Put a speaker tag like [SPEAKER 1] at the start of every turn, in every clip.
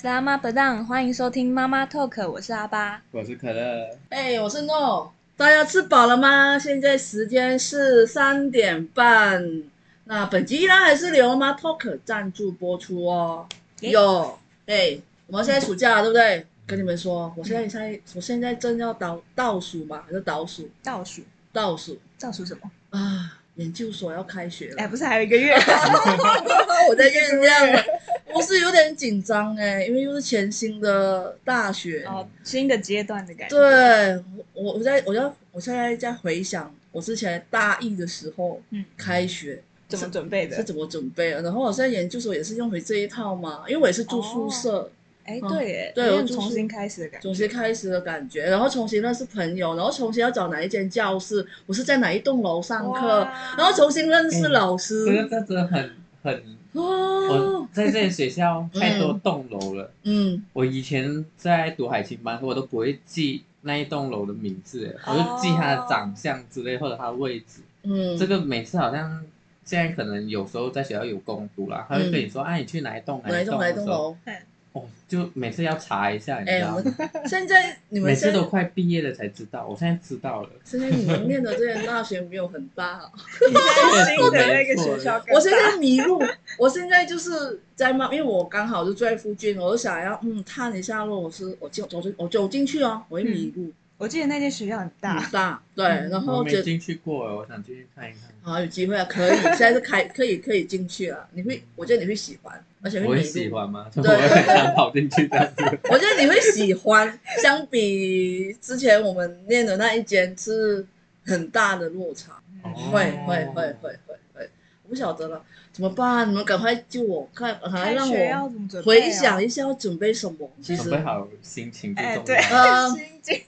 [SPEAKER 1] 是阿妈不当，欢迎收听妈妈 talk，我是阿巴。
[SPEAKER 2] 我是可乐，
[SPEAKER 3] 哎，我是诺，大家吃饱了吗？现在时间是三点半。那本集依然还是刘妈 Talk 赞助播出哦。
[SPEAKER 1] 耶
[SPEAKER 3] 有，哎，我们现在暑假了，对不对？跟你们说，我现在在，我现在正要倒倒数嘛，还是倒数？
[SPEAKER 1] 倒数，
[SPEAKER 3] 倒数
[SPEAKER 1] 倒数什么？
[SPEAKER 3] 啊！研究所要开学了哦
[SPEAKER 1] 哎、，不是还有一个 月？
[SPEAKER 3] 我在酝酿了，我是有点紧张哎，因为又是全新的大学，
[SPEAKER 1] 哦，新的阶段的感觉。
[SPEAKER 3] 对我，我在我要我现在在回想我之前大一的时候，
[SPEAKER 1] 嗯
[SPEAKER 3] 开学
[SPEAKER 1] 怎么准备
[SPEAKER 3] 是
[SPEAKER 1] 的？
[SPEAKER 3] 怎么准备的，然后我现在研究所也是用回这一套嘛，因为我也是住宿舍，
[SPEAKER 1] 哎、
[SPEAKER 3] 嗯
[SPEAKER 1] 对耶，
[SPEAKER 3] 对
[SPEAKER 1] 有
[SPEAKER 3] 我
[SPEAKER 1] 点
[SPEAKER 3] 就是
[SPEAKER 1] 重新开始的感觉。
[SPEAKER 3] 重新开始的感觉，然后重新认识朋友，然后重新要找哪一间教室，我是在哪一栋楼上课，
[SPEAKER 1] 哇
[SPEAKER 3] 然后重新认
[SPEAKER 2] 哎
[SPEAKER 3] 识老
[SPEAKER 2] 这个
[SPEAKER 3] 师，
[SPEAKER 2] 这真的很很，我
[SPEAKER 3] 哦，
[SPEAKER 2] 在这里学校太多栋楼了。
[SPEAKER 3] 嗯，
[SPEAKER 2] 我以前在读海青班，我都不会记那一栋楼的名字，哎我
[SPEAKER 1] 哦
[SPEAKER 2] 就记它的长相之类或者它的位置。
[SPEAKER 3] 嗯，
[SPEAKER 2] 这个每次好像现在可能有时候在学校有公读啦，他会跟你说，啊，你去哪一栋
[SPEAKER 3] 哪一栋
[SPEAKER 2] 栋
[SPEAKER 3] 嗯哪
[SPEAKER 2] 的
[SPEAKER 3] 一
[SPEAKER 2] 时
[SPEAKER 3] 栋
[SPEAKER 2] 候，
[SPEAKER 3] 楼？
[SPEAKER 2] 哦，就每次要查一下，你知
[SPEAKER 3] 哎，
[SPEAKER 2] 道
[SPEAKER 3] 我
[SPEAKER 2] 吗？
[SPEAKER 3] 们现在你们
[SPEAKER 2] 每次
[SPEAKER 3] 现在
[SPEAKER 2] 都快毕业了才知道，我现在知道了。
[SPEAKER 3] 现在你们念的这间大学没有很大、哦。
[SPEAKER 1] 你现在新的那个学校更大，
[SPEAKER 3] 我现在迷路，我现在就是在嘛，因为我刚好就住在附近，我就想要嗯探一下路，我是我进我就我走进去哦，我会迷路，
[SPEAKER 1] 我记得那间学校很
[SPEAKER 3] 很
[SPEAKER 1] 大，
[SPEAKER 3] 大对，
[SPEAKER 1] 嗯
[SPEAKER 3] 然
[SPEAKER 2] 我
[SPEAKER 3] 后
[SPEAKER 2] 没
[SPEAKER 3] 觉
[SPEAKER 2] 进去过，我想进去看一看。
[SPEAKER 3] 好有机会啊，可以，现在是开可以可以进去了，你会，我觉得你会喜欢，而且
[SPEAKER 2] 我会
[SPEAKER 3] 会迷
[SPEAKER 2] 喜
[SPEAKER 3] 路，
[SPEAKER 2] 欢吗？ 我会很想跑进去这样子。
[SPEAKER 3] 我觉得你会喜欢，相比之前我们念的那一间是很大的落差，
[SPEAKER 1] 嗯
[SPEAKER 2] 哦
[SPEAKER 3] 嗯会会会会会会，我不晓得了，怎么办？你们赶快救我，快赶快
[SPEAKER 1] 开
[SPEAKER 3] 让
[SPEAKER 1] 学
[SPEAKER 3] 我
[SPEAKER 1] 要。怎么准备、啊
[SPEAKER 3] 回想，一下要准备什么，其
[SPEAKER 2] 准
[SPEAKER 3] 实
[SPEAKER 2] 备好心情最
[SPEAKER 1] 哎、
[SPEAKER 2] 重
[SPEAKER 1] 对，
[SPEAKER 2] 要。
[SPEAKER 3] 嗯
[SPEAKER 1] 心境。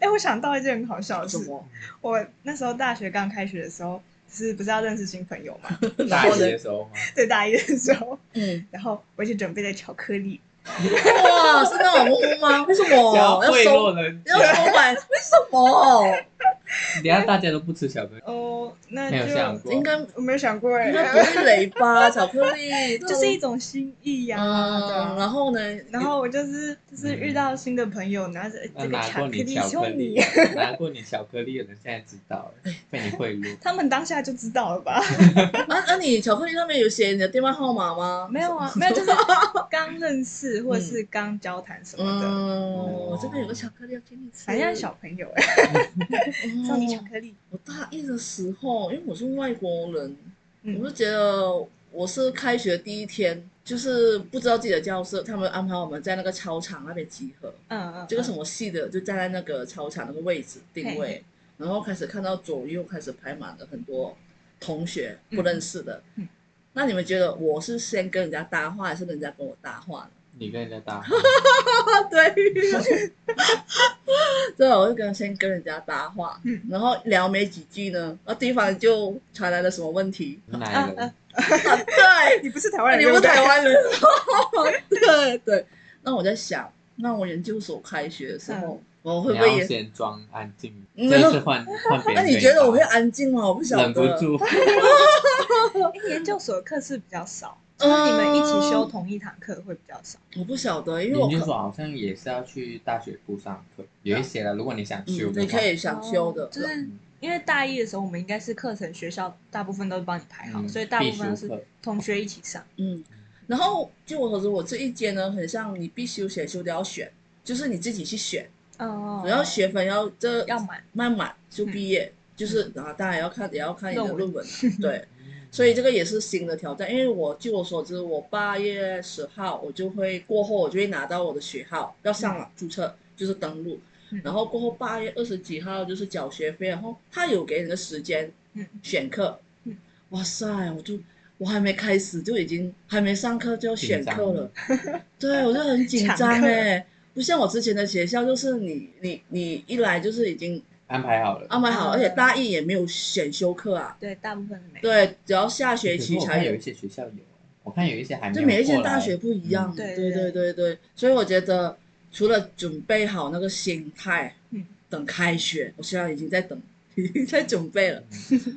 [SPEAKER 1] 哎、我想到一件很好笑的
[SPEAKER 3] 什
[SPEAKER 1] 事，
[SPEAKER 3] 么？
[SPEAKER 1] 我那时候大学刚开学的时候，是不是要认识新朋友嘛？
[SPEAKER 3] 然
[SPEAKER 2] 大
[SPEAKER 3] 后
[SPEAKER 2] 一
[SPEAKER 3] 呢
[SPEAKER 2] 的？时候吗？
[SPEAKER 1] 对，大一的时候，
[SPEAKER 3] 嗯，
[SPEAKER 1] 然后我一直准备了巧克力，嗯
[SPEAKER 3] 哇，是那种嗡嗡 吗？为什么
[SPEAKER 2] 要
[SPEAKER 3] 要
[SPEAKER 2] 贿
[SPEAKER 3] 收
[SPEAKER 2] 赂人家
[SPEAKER 3] 哦要，收买？为什么？
[SPEAKER 2] 等一下大家都不吃巧克力。
[SPEAKER 1] 哦，那
[SPEAKER 2] 没有想
[SPEAKER 1] 就
[SPEAKER 2] 过
[SPEAKER 3] 应该应
[SPEAKER 1] 我没有想过哎、
[SPEAKER 3] 该不会雷 吧？巧克力
[SPEAKER 1] 就是一种心意呀、对啊
[SPEAKER 3] 嗯，然后呢？
[SPEAKER 1] 然后我就是就是遇到新的朋友，然后是
[SPEAKER 2] 那
[SPEAKER 1] 这个
[SPEAKER 2] 拿
[SPEAKER 1] 巧
[SPEAKER 2] 过
[SPEAKER 1] 克
[SPEAKER 2] 你
[SPEAKER 1] 力
[SPEAKER 2] 巧克
[SPEAKER 1] 就
[SPEAKER 2] 力
[SPEAKER 1] 你，，
[SPEAKER 2] 拿过你巧克力的人现在知道了，被你贿赂。
[SPEAKER 1] 他们当下就知道了吧？
[SPEAKER 3] 啊啊，你巧克力上面有写你的电话号码吗？
[SPEAKER 1] 没有啊，没有， 就是刚认识
[SPEAKER 2] 嗯
[SPEAKER 1] 或者是刚交谈什么的，
[SPEAKER 3] 嗯，
[SPEAKER 2] 哦
[SPEAKER 3] 我这边有个巧克力要给你吃。
[SPEAKER 1] 反正小朋
[SPEAKER 3] 哦
[SPEAKER 1] 友哎、
[SPEAKER 3] 嗯
[SPEAKER 1] 送你巧克力，
[SPEAKER 3] 我大一的时候，因为我是外国人，我
[SPEAKER 1] 嗯
[SPEAKER 3] 就觉得我是开学第一天，就是不知道自己的教室，他们安排我们在那个操场那边集合，
[SPEAKER 1] 嗯嗯，
[SPEAKER 3] 这个什么系的就站在那个操场那个位置定
[SPEAKER 1] 嘿
[SPEAKER 3] 位，然后开始看到左右开始排满了很多同学
[SPEAKER 1] 嗯
[SPEAKER 3] 不认识的。
[SPEAKER 1] 嗯
[SPEAKER 3] 那你们觉得我是先跟人家搭话，还是人家跟我搭话呢？
[SPEAKER 2] 你跟人家 搭话，
[SPEAKER 3] 啊，对， 对，我就跟先跟人家搭话，
[SPEAKER 1] 嗯
[SPEAKER 3] 然后聊没几句呢，那对方就传来了什么问 题？啊
[SPEAKER 2] 奶人，
[SPEAKER 3] 对，
[SPEAKER 1] 你不是台湾人，
[SPEAKER 3] 啊你不
[SPEAKER 1] 对对
[SPEAKER 3] 台湾人哦， 对对。那我在想，那我研究所开学的时
[SPEAKER 1] 嗯
[SPEAKER 3] 候，我会
[SPEAKER 2] 你
[SPEAKER 3] 不会
[SPEAKER 2] 要
[SPEAKER 3] 也？
[SPEAKER 2] 先装安静，
[SPEAKER 3] 嗯
[SPEAKER 2] 这一次换换别人。
[SPEAKER 3] 那你觉得我会？安静吗？我不晓
[SPEAKER 2] 忍不
[SPEAKER 3] 得。
[SPEAKER 2] 住，
[SPEAKER 1] 哎研究所的课是比较少，就
[SPEAKER 3] 嗯
[SPEAKER 1] 是你们一起修同一堂课会比较少。
[SPEAKER 3] 我不晓得，因为我嗯
[SPEAKER 2] 研究所好像也是要去大学部上课，有一些了。如果你想修
[SPEAKER 3] 嗯，
[SPEAKER 2] 的
[SPEAKER 3] 你
[SPEAKER 2] 话
[SPEAKER 3] 可，以想修的，
[SPEAKER 1] 哦就是因为大一的时候，我们应该是课程学校大部分都是帮你排好，
[SPEAKER 2] 嗯
[SPEAKER 1] 所以大部分都
[SPEAKER 2] 必
[SPEAKER 1] 是
[SPEAKER 2] 修课
[SPEAKER 1] 同学一起上。
[SPEAKER 3] 嗯。然后据我所知，我这一间呢，很像你必修选修都要选，就是你自己去选，
[SPEAKER 1] 哦
[SPEAKER 3] 主要学分要这
[SPEAKER 1] 要满，
[SPEAKER 3] 慢慢就毕业，就是啊，当然要看也要看你
[SPEAKER 1] 嗯
[SPEAKER 3] 的
[SPEAKER 1] 论文
[SPEAKER 3] 论文啊， 对。所以这个也是新的挑战，因为我据我所知，我八月十号我就会过后，我就会拿到我的学号，要上网注册，就是登录
[SPEAKER 1] 嗯，
[SPEAKER 3] 然后过后八月二十几号就是缴学费，然后他有给你的时间
[SPEAKER 1] 嗯
[SPEAKER 3] 选课
[SPEAKER 1] 嗯，
[SPEAKER 3] 哇塞，我就我还没开始就已经还没上课就要选课了， 对我就很紧
[SPEAKER 1] 抢
[SPEAKER 3] 张
[SPEAKER 1] 课
[SPEAKER 3] 哎、不像我之前的学校，就是你你你一来就是已经
[SPEAKER 2] 安排好了。
[SPEAKER 3] 安排好，
[SPEAKER 1] 嗯
[SPEAKER 3] 而且大一也没有选修课啊，
[SPEAKER 1] 对，大部分是没有。
[SPEAKER 3] 对，只要下学
[SPEAKER 2] 可是
[SPEAKER 3] 期
[SPEAKER 2] 我
[SPEAKER 3] 才
[SPEAKER 2] 看
[SPEAKER 1] 嗯
[SPEAKER 3] 有
[SPEAKER 2] 有一。些学校有，啊我看有一些还没
[SPEAKER 3] 就
[SPEAKER 2] 有。
[SPEAKER 3] 每一间大学，不一样，
[SPEAKER 1] 对
[SPEAKER 3] 对
[SPEAKER 1] 对
[SPEAKER 3] 对对对，所以我觉得除了准备好那个心态，
[SPEAKER 1] 嗯
[SPEAKER 3] 等开学，我现在已经在等， 已经在准备了，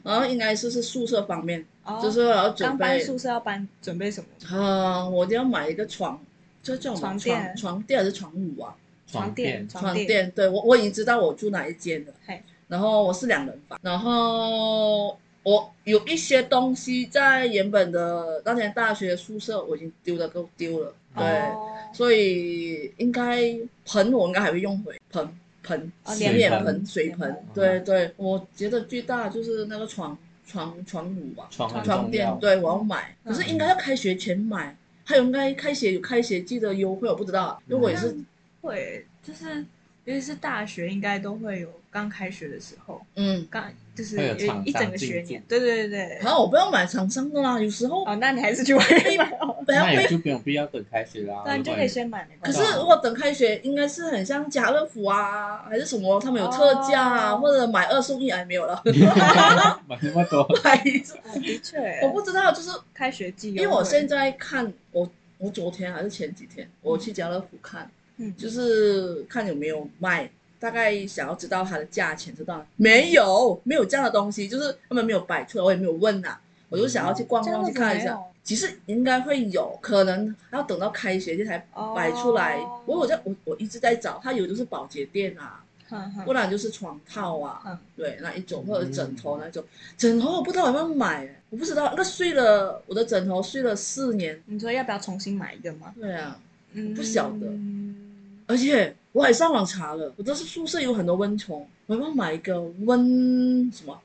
[SPEAKER 3] 然后应该是是宿舍方面，
[SPEAKER 1] 嗯哦，
[SPEAKER 3] 就是我要准
[SPEAKER 1] 刚搬
[SPEAKER 3] 备，
[SPEAKER 1] 宿舍要搬准备什么？
[SPEAKER 3] 啊，我就要买一个床，这叫什
[SPEAKER 1] 床
[SPEAKER 3] 么床
[SPEAKER 1] 垫
[SPEAKER 3] 床垫还是床褥啊？
[SPEAKER 1] 床
[SPEAKER 2] 垫
[SPEAKER 1] 垫、
[SPEAKER 3] 床
[SPEAKER 1] 垫，
[SPEAKER 3] 垫，对我我已经知道我住哪一间了
[SPEAKER 1] 嘿。
[SPEAKER 3] 然后我是两人房，然后我有一些东西在原本的当年大学宿舍我已经丢的够丢了，对，
[SPEAKER 1] 哦
[SPEAKER 3] 所以应该盆我应该还会用回盆盆
[SPEAKER 1] 哦
[SPEAKER 3] 洗
[SPEAKER 1] 脸
[SPEAKER 3] 脸
[SPEAKER 2] 盆哦
[SPEAKER 3] 盆水
[SPEAKER 1] 脸
[SPEAKER 3] 盆
[SPEAKER 1] 盆，
[SPEAKER 3] 对对，我觉得最大就是那个床床床褥吧，
[SPEAKER 2] 床很
[SPEAKER 3] 床
[SPEAKER 2] 重
[SPEAKER 3] 垫
[SPEAKER 2] 要，，
[SPEAKER 3] 对我要买，可
[SPEAKER 1] 嗯
[SPEAKER 3] 是应该要开学前买，还有应该开学有开学季的优惠，我不知道，如果也是
[SPEAKER 1] 会就是。尤其是大学，应该都会有刚开学的时候，
[SPEAKER 3] 嗯。
[SPEAKER 1] 刚就是
[SPEAKER 2] 会有
[SPEAKER 1] 一
[SPEAKER 2] 厂
[SPEAKER 1] 一整
[SPEAKER 2] 商
[SPEAKER 1] 个
[SPEAKER 2] 进
[SPEAKER 1] 学
[SPEAKER 2] 驻
[SPEAKER 1] 年，对对对对。
[SPEAKER 3] 啊，我不要买厂商的啦，有时候
[SPEAKER 1] 哦，那你还是去外面买哦，
[SPEAKER 3] 不
[SPEAKER 2] 啊
[SPEAKER 3] 要
[SPEAKER 2] 那也
[SPEAKER 3] 被。
[SPEAKER 2] 就不用必要等开学啦。
[SPEAKER 1] 那你就可以先买，没
[SPEAKER 3] 可
[SPEAKER 1] 关系。
[SPEAKER 3] 是如果等开学，应该是很像家乐福啊，还是什么，他们有特价啊，
[SPEAKER 1] 哦
[SPEAKER 3] 或者买二送一，哎，没有了，
[SPEAKER 2] 如果你 买那么多，
[SPEAKER 3] 买一送
[SPEAKER 1] 哦的确，
[SPEAKER 3] 我不知道，就是
[SPEAKER 1] 开学季优
[SPEAKER 3] 因
[SPEAKER 1] 惠，
[SPEAKER 3] 为我现在看，我我昨天还是前几天，我去家乐福看，
[SPEAKER 1] 嗯
[SPEAKER 3] 就是看有没有卖，大概想要知道它的价钱，知道没有，没有这样的东西，就是他们没有摆出来，我也没有问呐、我就想要去逛逛去看一
[SPEAKER 1] 家乐
[SPEAKER 3] 下
[SPEAKER 1] 福没有。
[SPEAKER 3] 其实应该会有，可能要等到开学季才
[SPEAKER 1] 哦
[SPEAKER 3] 摆出来。我有在，我我一直在找，它有的是保洁垫啊，
[SPEAKER 1] 哼哼
[SPEAKER 3] 不然就是床套啊，
[SPEAKER 1] 嗯
[SPEAKER 3] 对那一种或者枕头那一种。枕头我不知道有没有买，我不知道那个睡了我的枕头睡了四年，
[SPEAKER 1] 你说要不要重新买一个吗？
[SPEAKER 3] 对啊，
[SPEAKER 1] 嗯
[SPEAKER 3] 不晓得而且我还上网查了，我这是宿舍有很多蚊虫，我要不要买一个蚊什么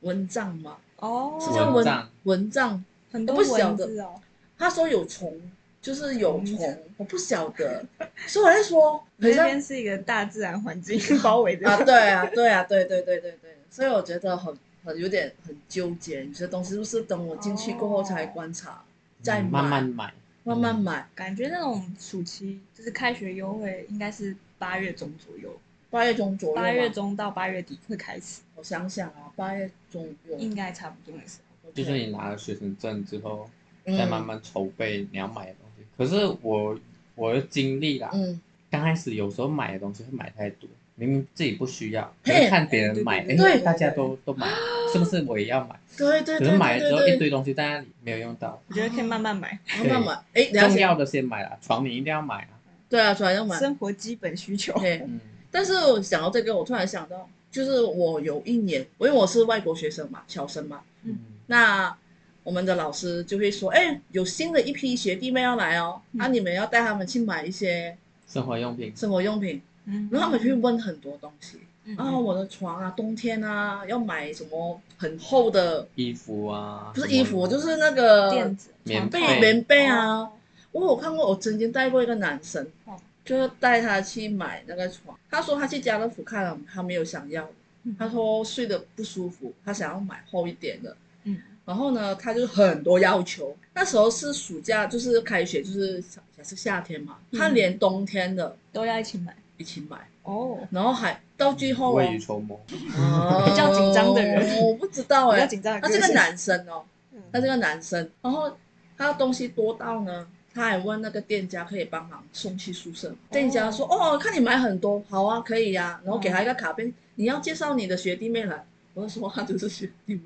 [SPEAKER 3] 蚊帐吗？
[SPEAKER 1] 哦，
[SPEAKER 3] 是叫
[SPEAKER 2] 蚊
[SPEAKER 3] 蚊
[SPEAKER 2] 帐
[SPEAKER 3] 蚊帐？
[SPEAKER 1] 很多
[SPEAKER 3] 我不晓
[SPEAKER 1] 蚊
[SPEAKER 3] 得
[SPEAKER 1] 子哦，
[SPEAKER 3] 他说有虫，就是有
[SPEAKER 1] 虫
[SPEAKER 3] 虫，我不晓得，所以我在说，
[SPEAKER 1] 你
[SPEAKER 3] 很
[SPEAKER 1] 这
[SPEAKER 3] 像
[SPEAKER 1] 边是一个大自然环境包围
[SPEAKER 3] 啊，
[SPEAKER 1] 的，
[SPEAKER 3] 对啊，对啊，对对对对对，所以我觉得很很有点很纠结，有些东西是不是等我进去过后才观察，再买
[SPEAKER 2] 慢慢买，
[SPEAKER 3] 慢慢买。
[SPEAKER 1] 感觉那种暑期就是开学优惠，应该是八月中左右，
[SPEAKER 3] 八月中左右，
[SPEAKER 1] 八月，中到八月底会开始，
[SPEAKER 3] 我想想啊，八月中左右
[SPEAKER 1] 应，该差不多那时候。
[SPEAKER 2] 就是你拿了学生证之后，
[SPEAKER 3] 嗯
[SPEAKER 2] 再慢，慢筹备你要买的东西。可是我我的经历啦，
[SPEAKER 3] 嗯，
[SPEAKER 2] 刚开始有时候买的东西会买太多，明明自己不需要，
[SPEAKER 3] 嘿
[SPEAKER 2] 可是看别人买，
[SPEAKER 1] 对
[SPEAKER 2] 哎
[SPEAKER 1] 对，
[SPEAKER 3] 对
[SPEAKER 2] 大家都都买，是不是我也要买？
[SPEAKER 3] 对
[SPEAKER 2] 可
[SPEAKER 3] 对对
[SPEAKER 2] 是
[SPEAKER 3] 对
[SPEAKER 2] 买了之后
[SPEAKER 3] 对
[SPEAKER 2] 一堆东西在那里没有用到，
[SPEAKER 1] 我觉得可以慢慢买，
[SPEAKER 3] 对，慢慢买，哎，等一下
[SPEAKER 2] 重
[SPEAKER 3] 先
[SPEAKER 2] 要的先买啦，床你一定要买啊。
[SPEAKER 3] 对啊，突然要买，
[SPEAKER 1] 生活基本需 求。
[SPEAKER 3] 对，
[SPEAKER 2] 嗯，
[SPEAKER 3] 但是我想到这个，我突然想到，就是我有一年，因为我是外国学生嘛，侨生嘛，
[SPEAKER 1] 嗯
[SPEAKER 3] 那我们的老师就会说，哎，有新的一批学弟妹要来哦，
[SPEAKER 1] 嗯
[SPEAKER 3] 啊，你们要带他们去买一些
[SPEAKER 2] 生活用品，
[SPEAKER 3] 生活用品，
[SPEAKER 1] 嗯
[SPEAKER 3] 然后他们就会问很多东西，
[SPEAKER 1] 嗯
[SPEAKER 3] 啊，我的床啊，冬天啊，要买什么很厚的，
[SPEAKER 2] 衣服啊，
[SPEAKER 3] 不是衣服，
[SPEAKER 2] 什
[SPEAKER 3] 就
[SPEAKER 2] 么
[SPEAKER 3] 是那个
[SPEAKER 1] 垫子、哦
[SPEAKER 2] 棉
[SPEAKER 1] 被
[SPEAKER 2] 被
[SPEAKER 3] 被棉被啊，我有看过，我曾经带过一个男生
[SPEAKER 1] 哦，
[SPEAKER 3] 就是带他去买那个床，他说他去家乐福看了，他没有想要的，
[SPEAKER 1] 嗯
[SPEAKER 3] 他说睡得不舒服，他想要买厚一点的。
[SPEAKER 1] 嗯，
[SPEAKER 3] 然后呢，他就很多要求。那时候是暑假，就是开学，就是也是夏天嘛，
[SPEAKER 1] 嗯
[SPEAKER 3] 他连冬天的
[SPEAKER 1] 都要一起买
[SPEAKER 3] 一起买，
[SPEAKER 1] 哦，
[SPEAKER 3] 然后还到最后哦
[SPEAKER 2] 未雨，绸缪，
[SPEAKER 3] 哦
[SPEAKER 1] 比较紧张的人
[SPEAKER 3] 我不知道
[SPEAKER 1] 不
[SPEAKER 3] 哎、
[SPEAKER 1] 要紧张。
[SPEAKER 3] 他是个，男生哦，
[SPEAKER 1] 嗯
[SPEAKER 3] 他是个男生，然后他东西多到呢，他还问那个店家可以帮忙送去宿舍吗。店家说哦，看你买很多，好啊，可以呀、然后给他一个卡片，你要介绍你的学弟妹来。我就说他就是学弟妹，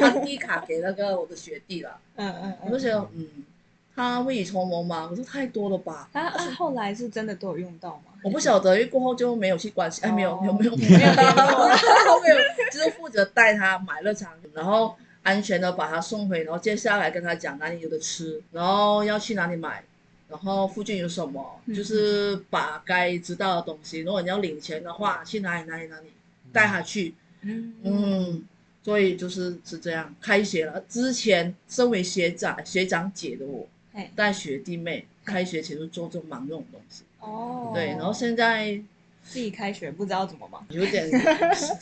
[SPEAKER 3] 他递卡给那个我的学弟了。
[SPEAKER 1] 嗯嗯
[SPEAKER 3] 我就
[SPEAKER 1] 嗯。
[SPEAKER 3] 觉得嗯，他未雨绸缪嘛，可是太多了吧。
[SPEAKER 1] 他他后来是真的都有用到吗？
[SPEAKER 3] 我不晓得，因为过后就没有去关心，哎，没有，
[SPEAKER 1] 哦
[SPEAKER 3] 没有，没有，
[SPEAKER 1] 没
[SPEAKER 3] 没
[SPEAKER 1] 有
[SPEAKER 3] 有，没
[SPEAKER 1] 联
[SPEAKER 3] 有
[SPEAKER 1] 络，
[SPEAKER 3] 就是负责带他买了场，然后安全的把他送回，然后接下来跟他讲哪里有的吃，然后要去哪里买，然后附近有什么，
[SPEAKER 1] 嗯
[SPEAKER 3] 就是把该知道的东西，如果你要领钱的话，去哪里哪里哪里带他去，
[SPEAKER 1] 嗯
[SPEAKER 3] 嗯，所以就是是这样。开学了之前，身为学长学长姐的我
[SPEAKER 1] 嘿
[SPEAKER 3] 带学弟妹，开学前就做这忙这种东西，
[SPEAKER 1] 哦，
[SPEAKER 3] 对，然后现在。
[SPEAKER 1] 自己开学不知道怎么忙，
[SPEAKER 3] 有点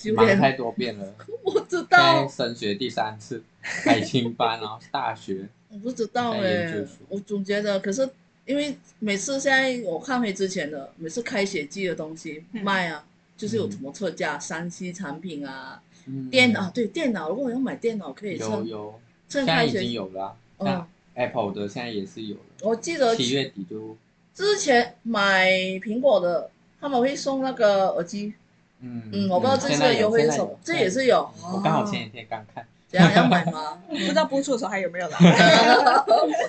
[SPEAKER 3] 有
[SPEAKER 2] 忙太
[SPEAKER 3] 点
[SPEAKER 2] 多遍 了。
[SPEAKER 3] 不知
[SPEAKER 2] 在
[SPEAKER 3] 道，
[SPEAKER 2] 升学第三 次，海青班，然后是大学，
[SPEAKER 3] 我不知道哎、
[SPEAKER 2] 在研究所
[SPEAKER 3] 我总觉得，可是因为每次现在我看回之前的，每次开学季的东西
[SPEAKER 1] 嗯
[SPEAKER 3] 卖啊，就是有什么特价，三 C 产品啊，
[SPEAKER 2] 嗯
[SPEAKER 3] 电脑对电脑，如果要买电脑可以
[SPEAKER 2] 有
[SPEAKER 3] 趁
[SPEAKER 2] 有，
[SPEAKER 3] 趁
[SPEAKER 2] 现在
[SPEAKER 3] 开
[SPEAKER 2] 已
[SPEAKER 3] 学
[SPEAKER 2] 经
[SPEAKER 3] 季，
[SPEAKER 2] 有了啊，
[SPEAKER 3] 嗯
[SPEAKER 2] 像 Apple 的现在也是有了，
[SPEAKER 3] 我记得
[SPEAKER 2] 七月底就，
[SPEAKER 3] 之前买苹果的。他们会送那个耳机，
[SPEAKER 2] 嗯
[SPEAKER 3] 嗯，我不知道这
[SPEAKER 2] 现
[SPEAKER 3] 次
[SPEAKER 2] 在
[SPEAKER 3] 的优惠是什么，这也是有。
[SPEAKER 2] 我刚好
[SPEAKER 3] 哦
[SPEAKER 2] 前几天刚看，
[SPEAKER 3] 怎样要买吗？
[SPEAKER 1] 不知道播出的时候还有没有来。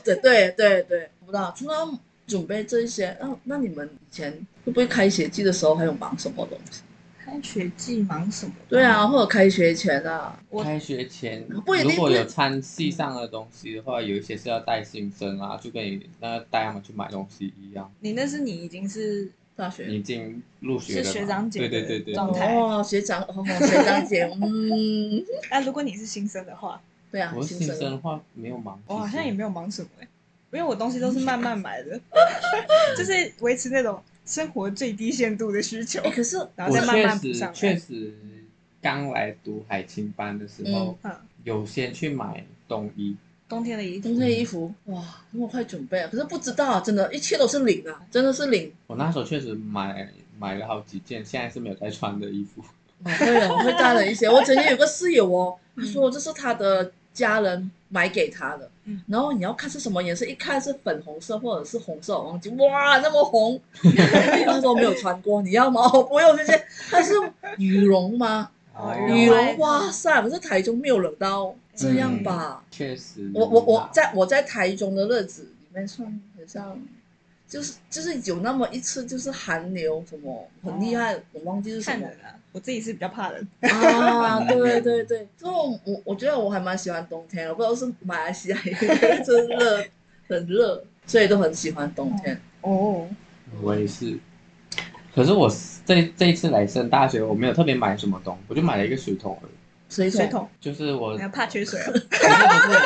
[SPEAKER 3] 对对对对，不知道。除了准备这一些。那、那你们以前会不会开学季的时候还有忙什么东西？
[SPEAKER 1] 开学季忙什么？
[SPEAKER 3] 对啊，或者开学前啊，
[SPEAKER 1] 我
[SPEAKER 2] 开学前
[SPEAKER 3] 不一定
[SPEAKER 2] 如果
[SPEAKER 3] 不
[SPEAKER 2] 有参系上的东西的话，有一些是要带新生啊，就跟你那带他们去买东西一样。
[SPEAKER 1] 你那是你已经是
[SPEAKER 3] 大
[SPEAKER 2] 已
[SPEAKER 3] 学
[SPEAKER 2] 经入学了嘛，
[SPEAKER 1] 是学长姐
[SPEAKER 2] 对
[SPEAKER 1] 的
[SPEAKER 2] 对对对，
[SPEAKER 1] 状态
[SPEAKER 3] 哦，学长哦，学长 姐，嗯，
[SPEAKER 1] 那啊如果你是新生的话，
[SPEAKER 3] 对啊，
[SPEAKER 2] 我是
[SPEAKER 3] 新
[SPEAKER 2] 新生
[SPEAKER 3] 生
[SPEAKER 2] 的话没有忙，
[SPEAKER 1] 我好像也
[SPEAKER 2] 有。
[SPEAKER 1] 没有忙什么、欸、因为我东西都是慢慢买 的，就是维持那种生活最低限度的需求
[SPEAKER 3] 哎、，可是
[SPEAKER 1] 然后
[SPEAKER 2] 我
[SPEAKER 1] 再慢
[SPEAKER 2] 确
[SPEAKER 1] 慢补
[SPEAKER 2] 实
[SPEAKER 1] 上
[SPEAKER 2] 确
[SPEAKER 1] 来。
[SPEAKER 2] 实刚来读海青班的时候，
[SPEAKER 1] 嗯，
[SPEAKER 2] 有先去买冬衣，
[SPEAKER 1] 冬天的衣服
[SPEAKER 3] 冬天衣服哇，那么快准备啊，可是不知道啊，真的，一切都是零啊，真的是零。
[SPEAKER 2] 我那时候确实买买了好几件，现在是没有在穿的衣服。
[SPEAKER 3] 哦会哦，会大了一 些。我曾经有个室友哦，他说这是他的家人买给他的，
[SPEAKER 1] 嗯
[SPEAKER 3] 然后你要看是什么颜色，一看是粉红色或者是红色，我忘记，哇，那么红，他说没有穿过，你要吗？ 我不用这些，它是羽绒吗？
[SPEAKER 1] 哦
[SPEAKER 3] 羽
[SPEAKER 1] 羽
[SPEAKER 3] 绒，
[SPEAKER 1] 绒
[SPEAKER 3] 哇塞，可是台中没有冷到这样吧？
[SPEAKER 2] 确实，
[SPEAKER 1] 嗯
[SPEAKER 3] 我我我在我在台中的日子里面算很像，就是就是有那么一次就是寒流什么很厉害，我忘记是什
[SPEAKER 1] 哦看
[SPEAKER 3] 么。
[SPEAKER 1] 人啊，我自己是比较怕冷，
[SPEAKER 3] 啊， 对对对，就我我觉得我还蛮喜欢冬天的，不知道是马来西亚也真热很热，所以都很喜欢冬天。
[SPEAKER 1] 哦，
[SPEAKER 2] 我也是。可是我这这一次来升大学，我没有特别买什么东，我就买了一个水桶而已。
[SPEAKER 3] 水桶
[SPEAKER 1] 水桶，
[SPEAKER 2] 就是我
[SPEAKER 1] 你还怕缺水 啊？
[SPEAKER 2] 不是不是，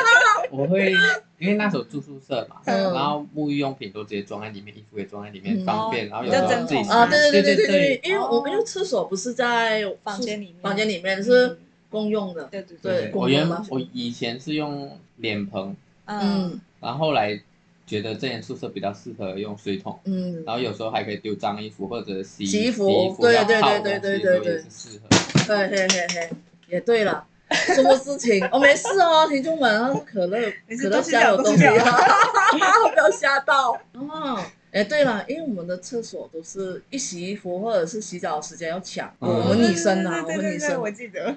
[SPEAKER 2] 我会因为那时候住宿舍嘛，
[SPEAKER 3] 嗯
[SPEAKER 2] 然后沐浴用品都直接装在里面，衣服也装在里面，
[SPEAKER 3] 嗯
[SPEAKER 2] 方便。然后有
[SPEAKER 1] 比
[SPEAKER 2] 时
[SPEAKER 1] 较
[SPEAKER 2] 候
[SPEAKER 1] 正
[SPEAKER 2] 自己
[SPEAKER 1] 统
[SPEAKER 3] 啊，
[SPEAKER 1] 嘛
[SPEAKER 3] 对
[SPEAKER 2] 对
[SPEAKER 3] 对对对
[SPEAKER 2] 对，
[SPEAKER 3] 对，因为我们
[SPEAKER 1] 哦
[SPEAKER 3] 因为厕所不是在宿
[SPEAKER 1] 房间里面
[SPEAKER 3] 房间里面是公用的，
[SPEAKER 1] 嗯对对
[SPEAKER 3] 对
[SPEAKER 2] 我
[SPEAKER 3] 公用
[SPEAKER 2] 原
[SPEAKER 3] 嘛
[SPEAKER 2] 我以前是用脸盆，
[SPEAKER 1] 嗯，
[SPEAKER 3] 嗯
[SPEAKER 2] 然后后来觉得这间宿舍比较适合用水桶，
[SPEAKER 3] 嗯，
[SPEAKER 2] 然后有时候还可以丢脏衣服或者洗
[SPEAKER 3] 洗衣服对
[SPEAKER 2] 然后
[SPEAKER 3] 对
[SPEAKER 2] 泡
[SPEAKER 3] 对
[SPEAKER 2] 东西的
[SPEAKER 3] 对
[SPEAKER 2] 时候
[SPEAKER 3] 对
[SPEAKER 2] 也是
[SPEAKER 3] 对
[SPEAKER 2] 适合。
[SPEAKER 3] 对嘿嘿嘿，也 对了。什么事情？哦，没事哦，听众们，它是可乐，
[SPEAKER 1] 没
[SPEAKER 3] 可
[SPEAKER 1] 事
[SPEAKER 3] 乐
[SPEAKER 1] 都是
[SPEAKER 3] 家
[SPEAKER 1] 料
[SPEAKER 3] 有
[SPEAKER 1] 都
[SPEAKER 3] 东
[SPEAKER 1] 是
[SPEAKER 3] 西，啊
[SPEAKER 1] 料
[SPEAKER 3] 不要吓到哦。哎，对了，因为我们的厕所都是一洗衣服或者是洗澡的时间要抢，
[SPEAKER 2] 嗯
[SPEAKER 3] 我们女生啊，我
[SPEAKER 1] 哦对对对对
[SPEAKER 3] 们
[SPEAKER 1] 对
[SPEAKER 3] 女
[SPEAKER 1] 对，
[SPEAKER 3] 生
[SPEAKER 1] 我，记得，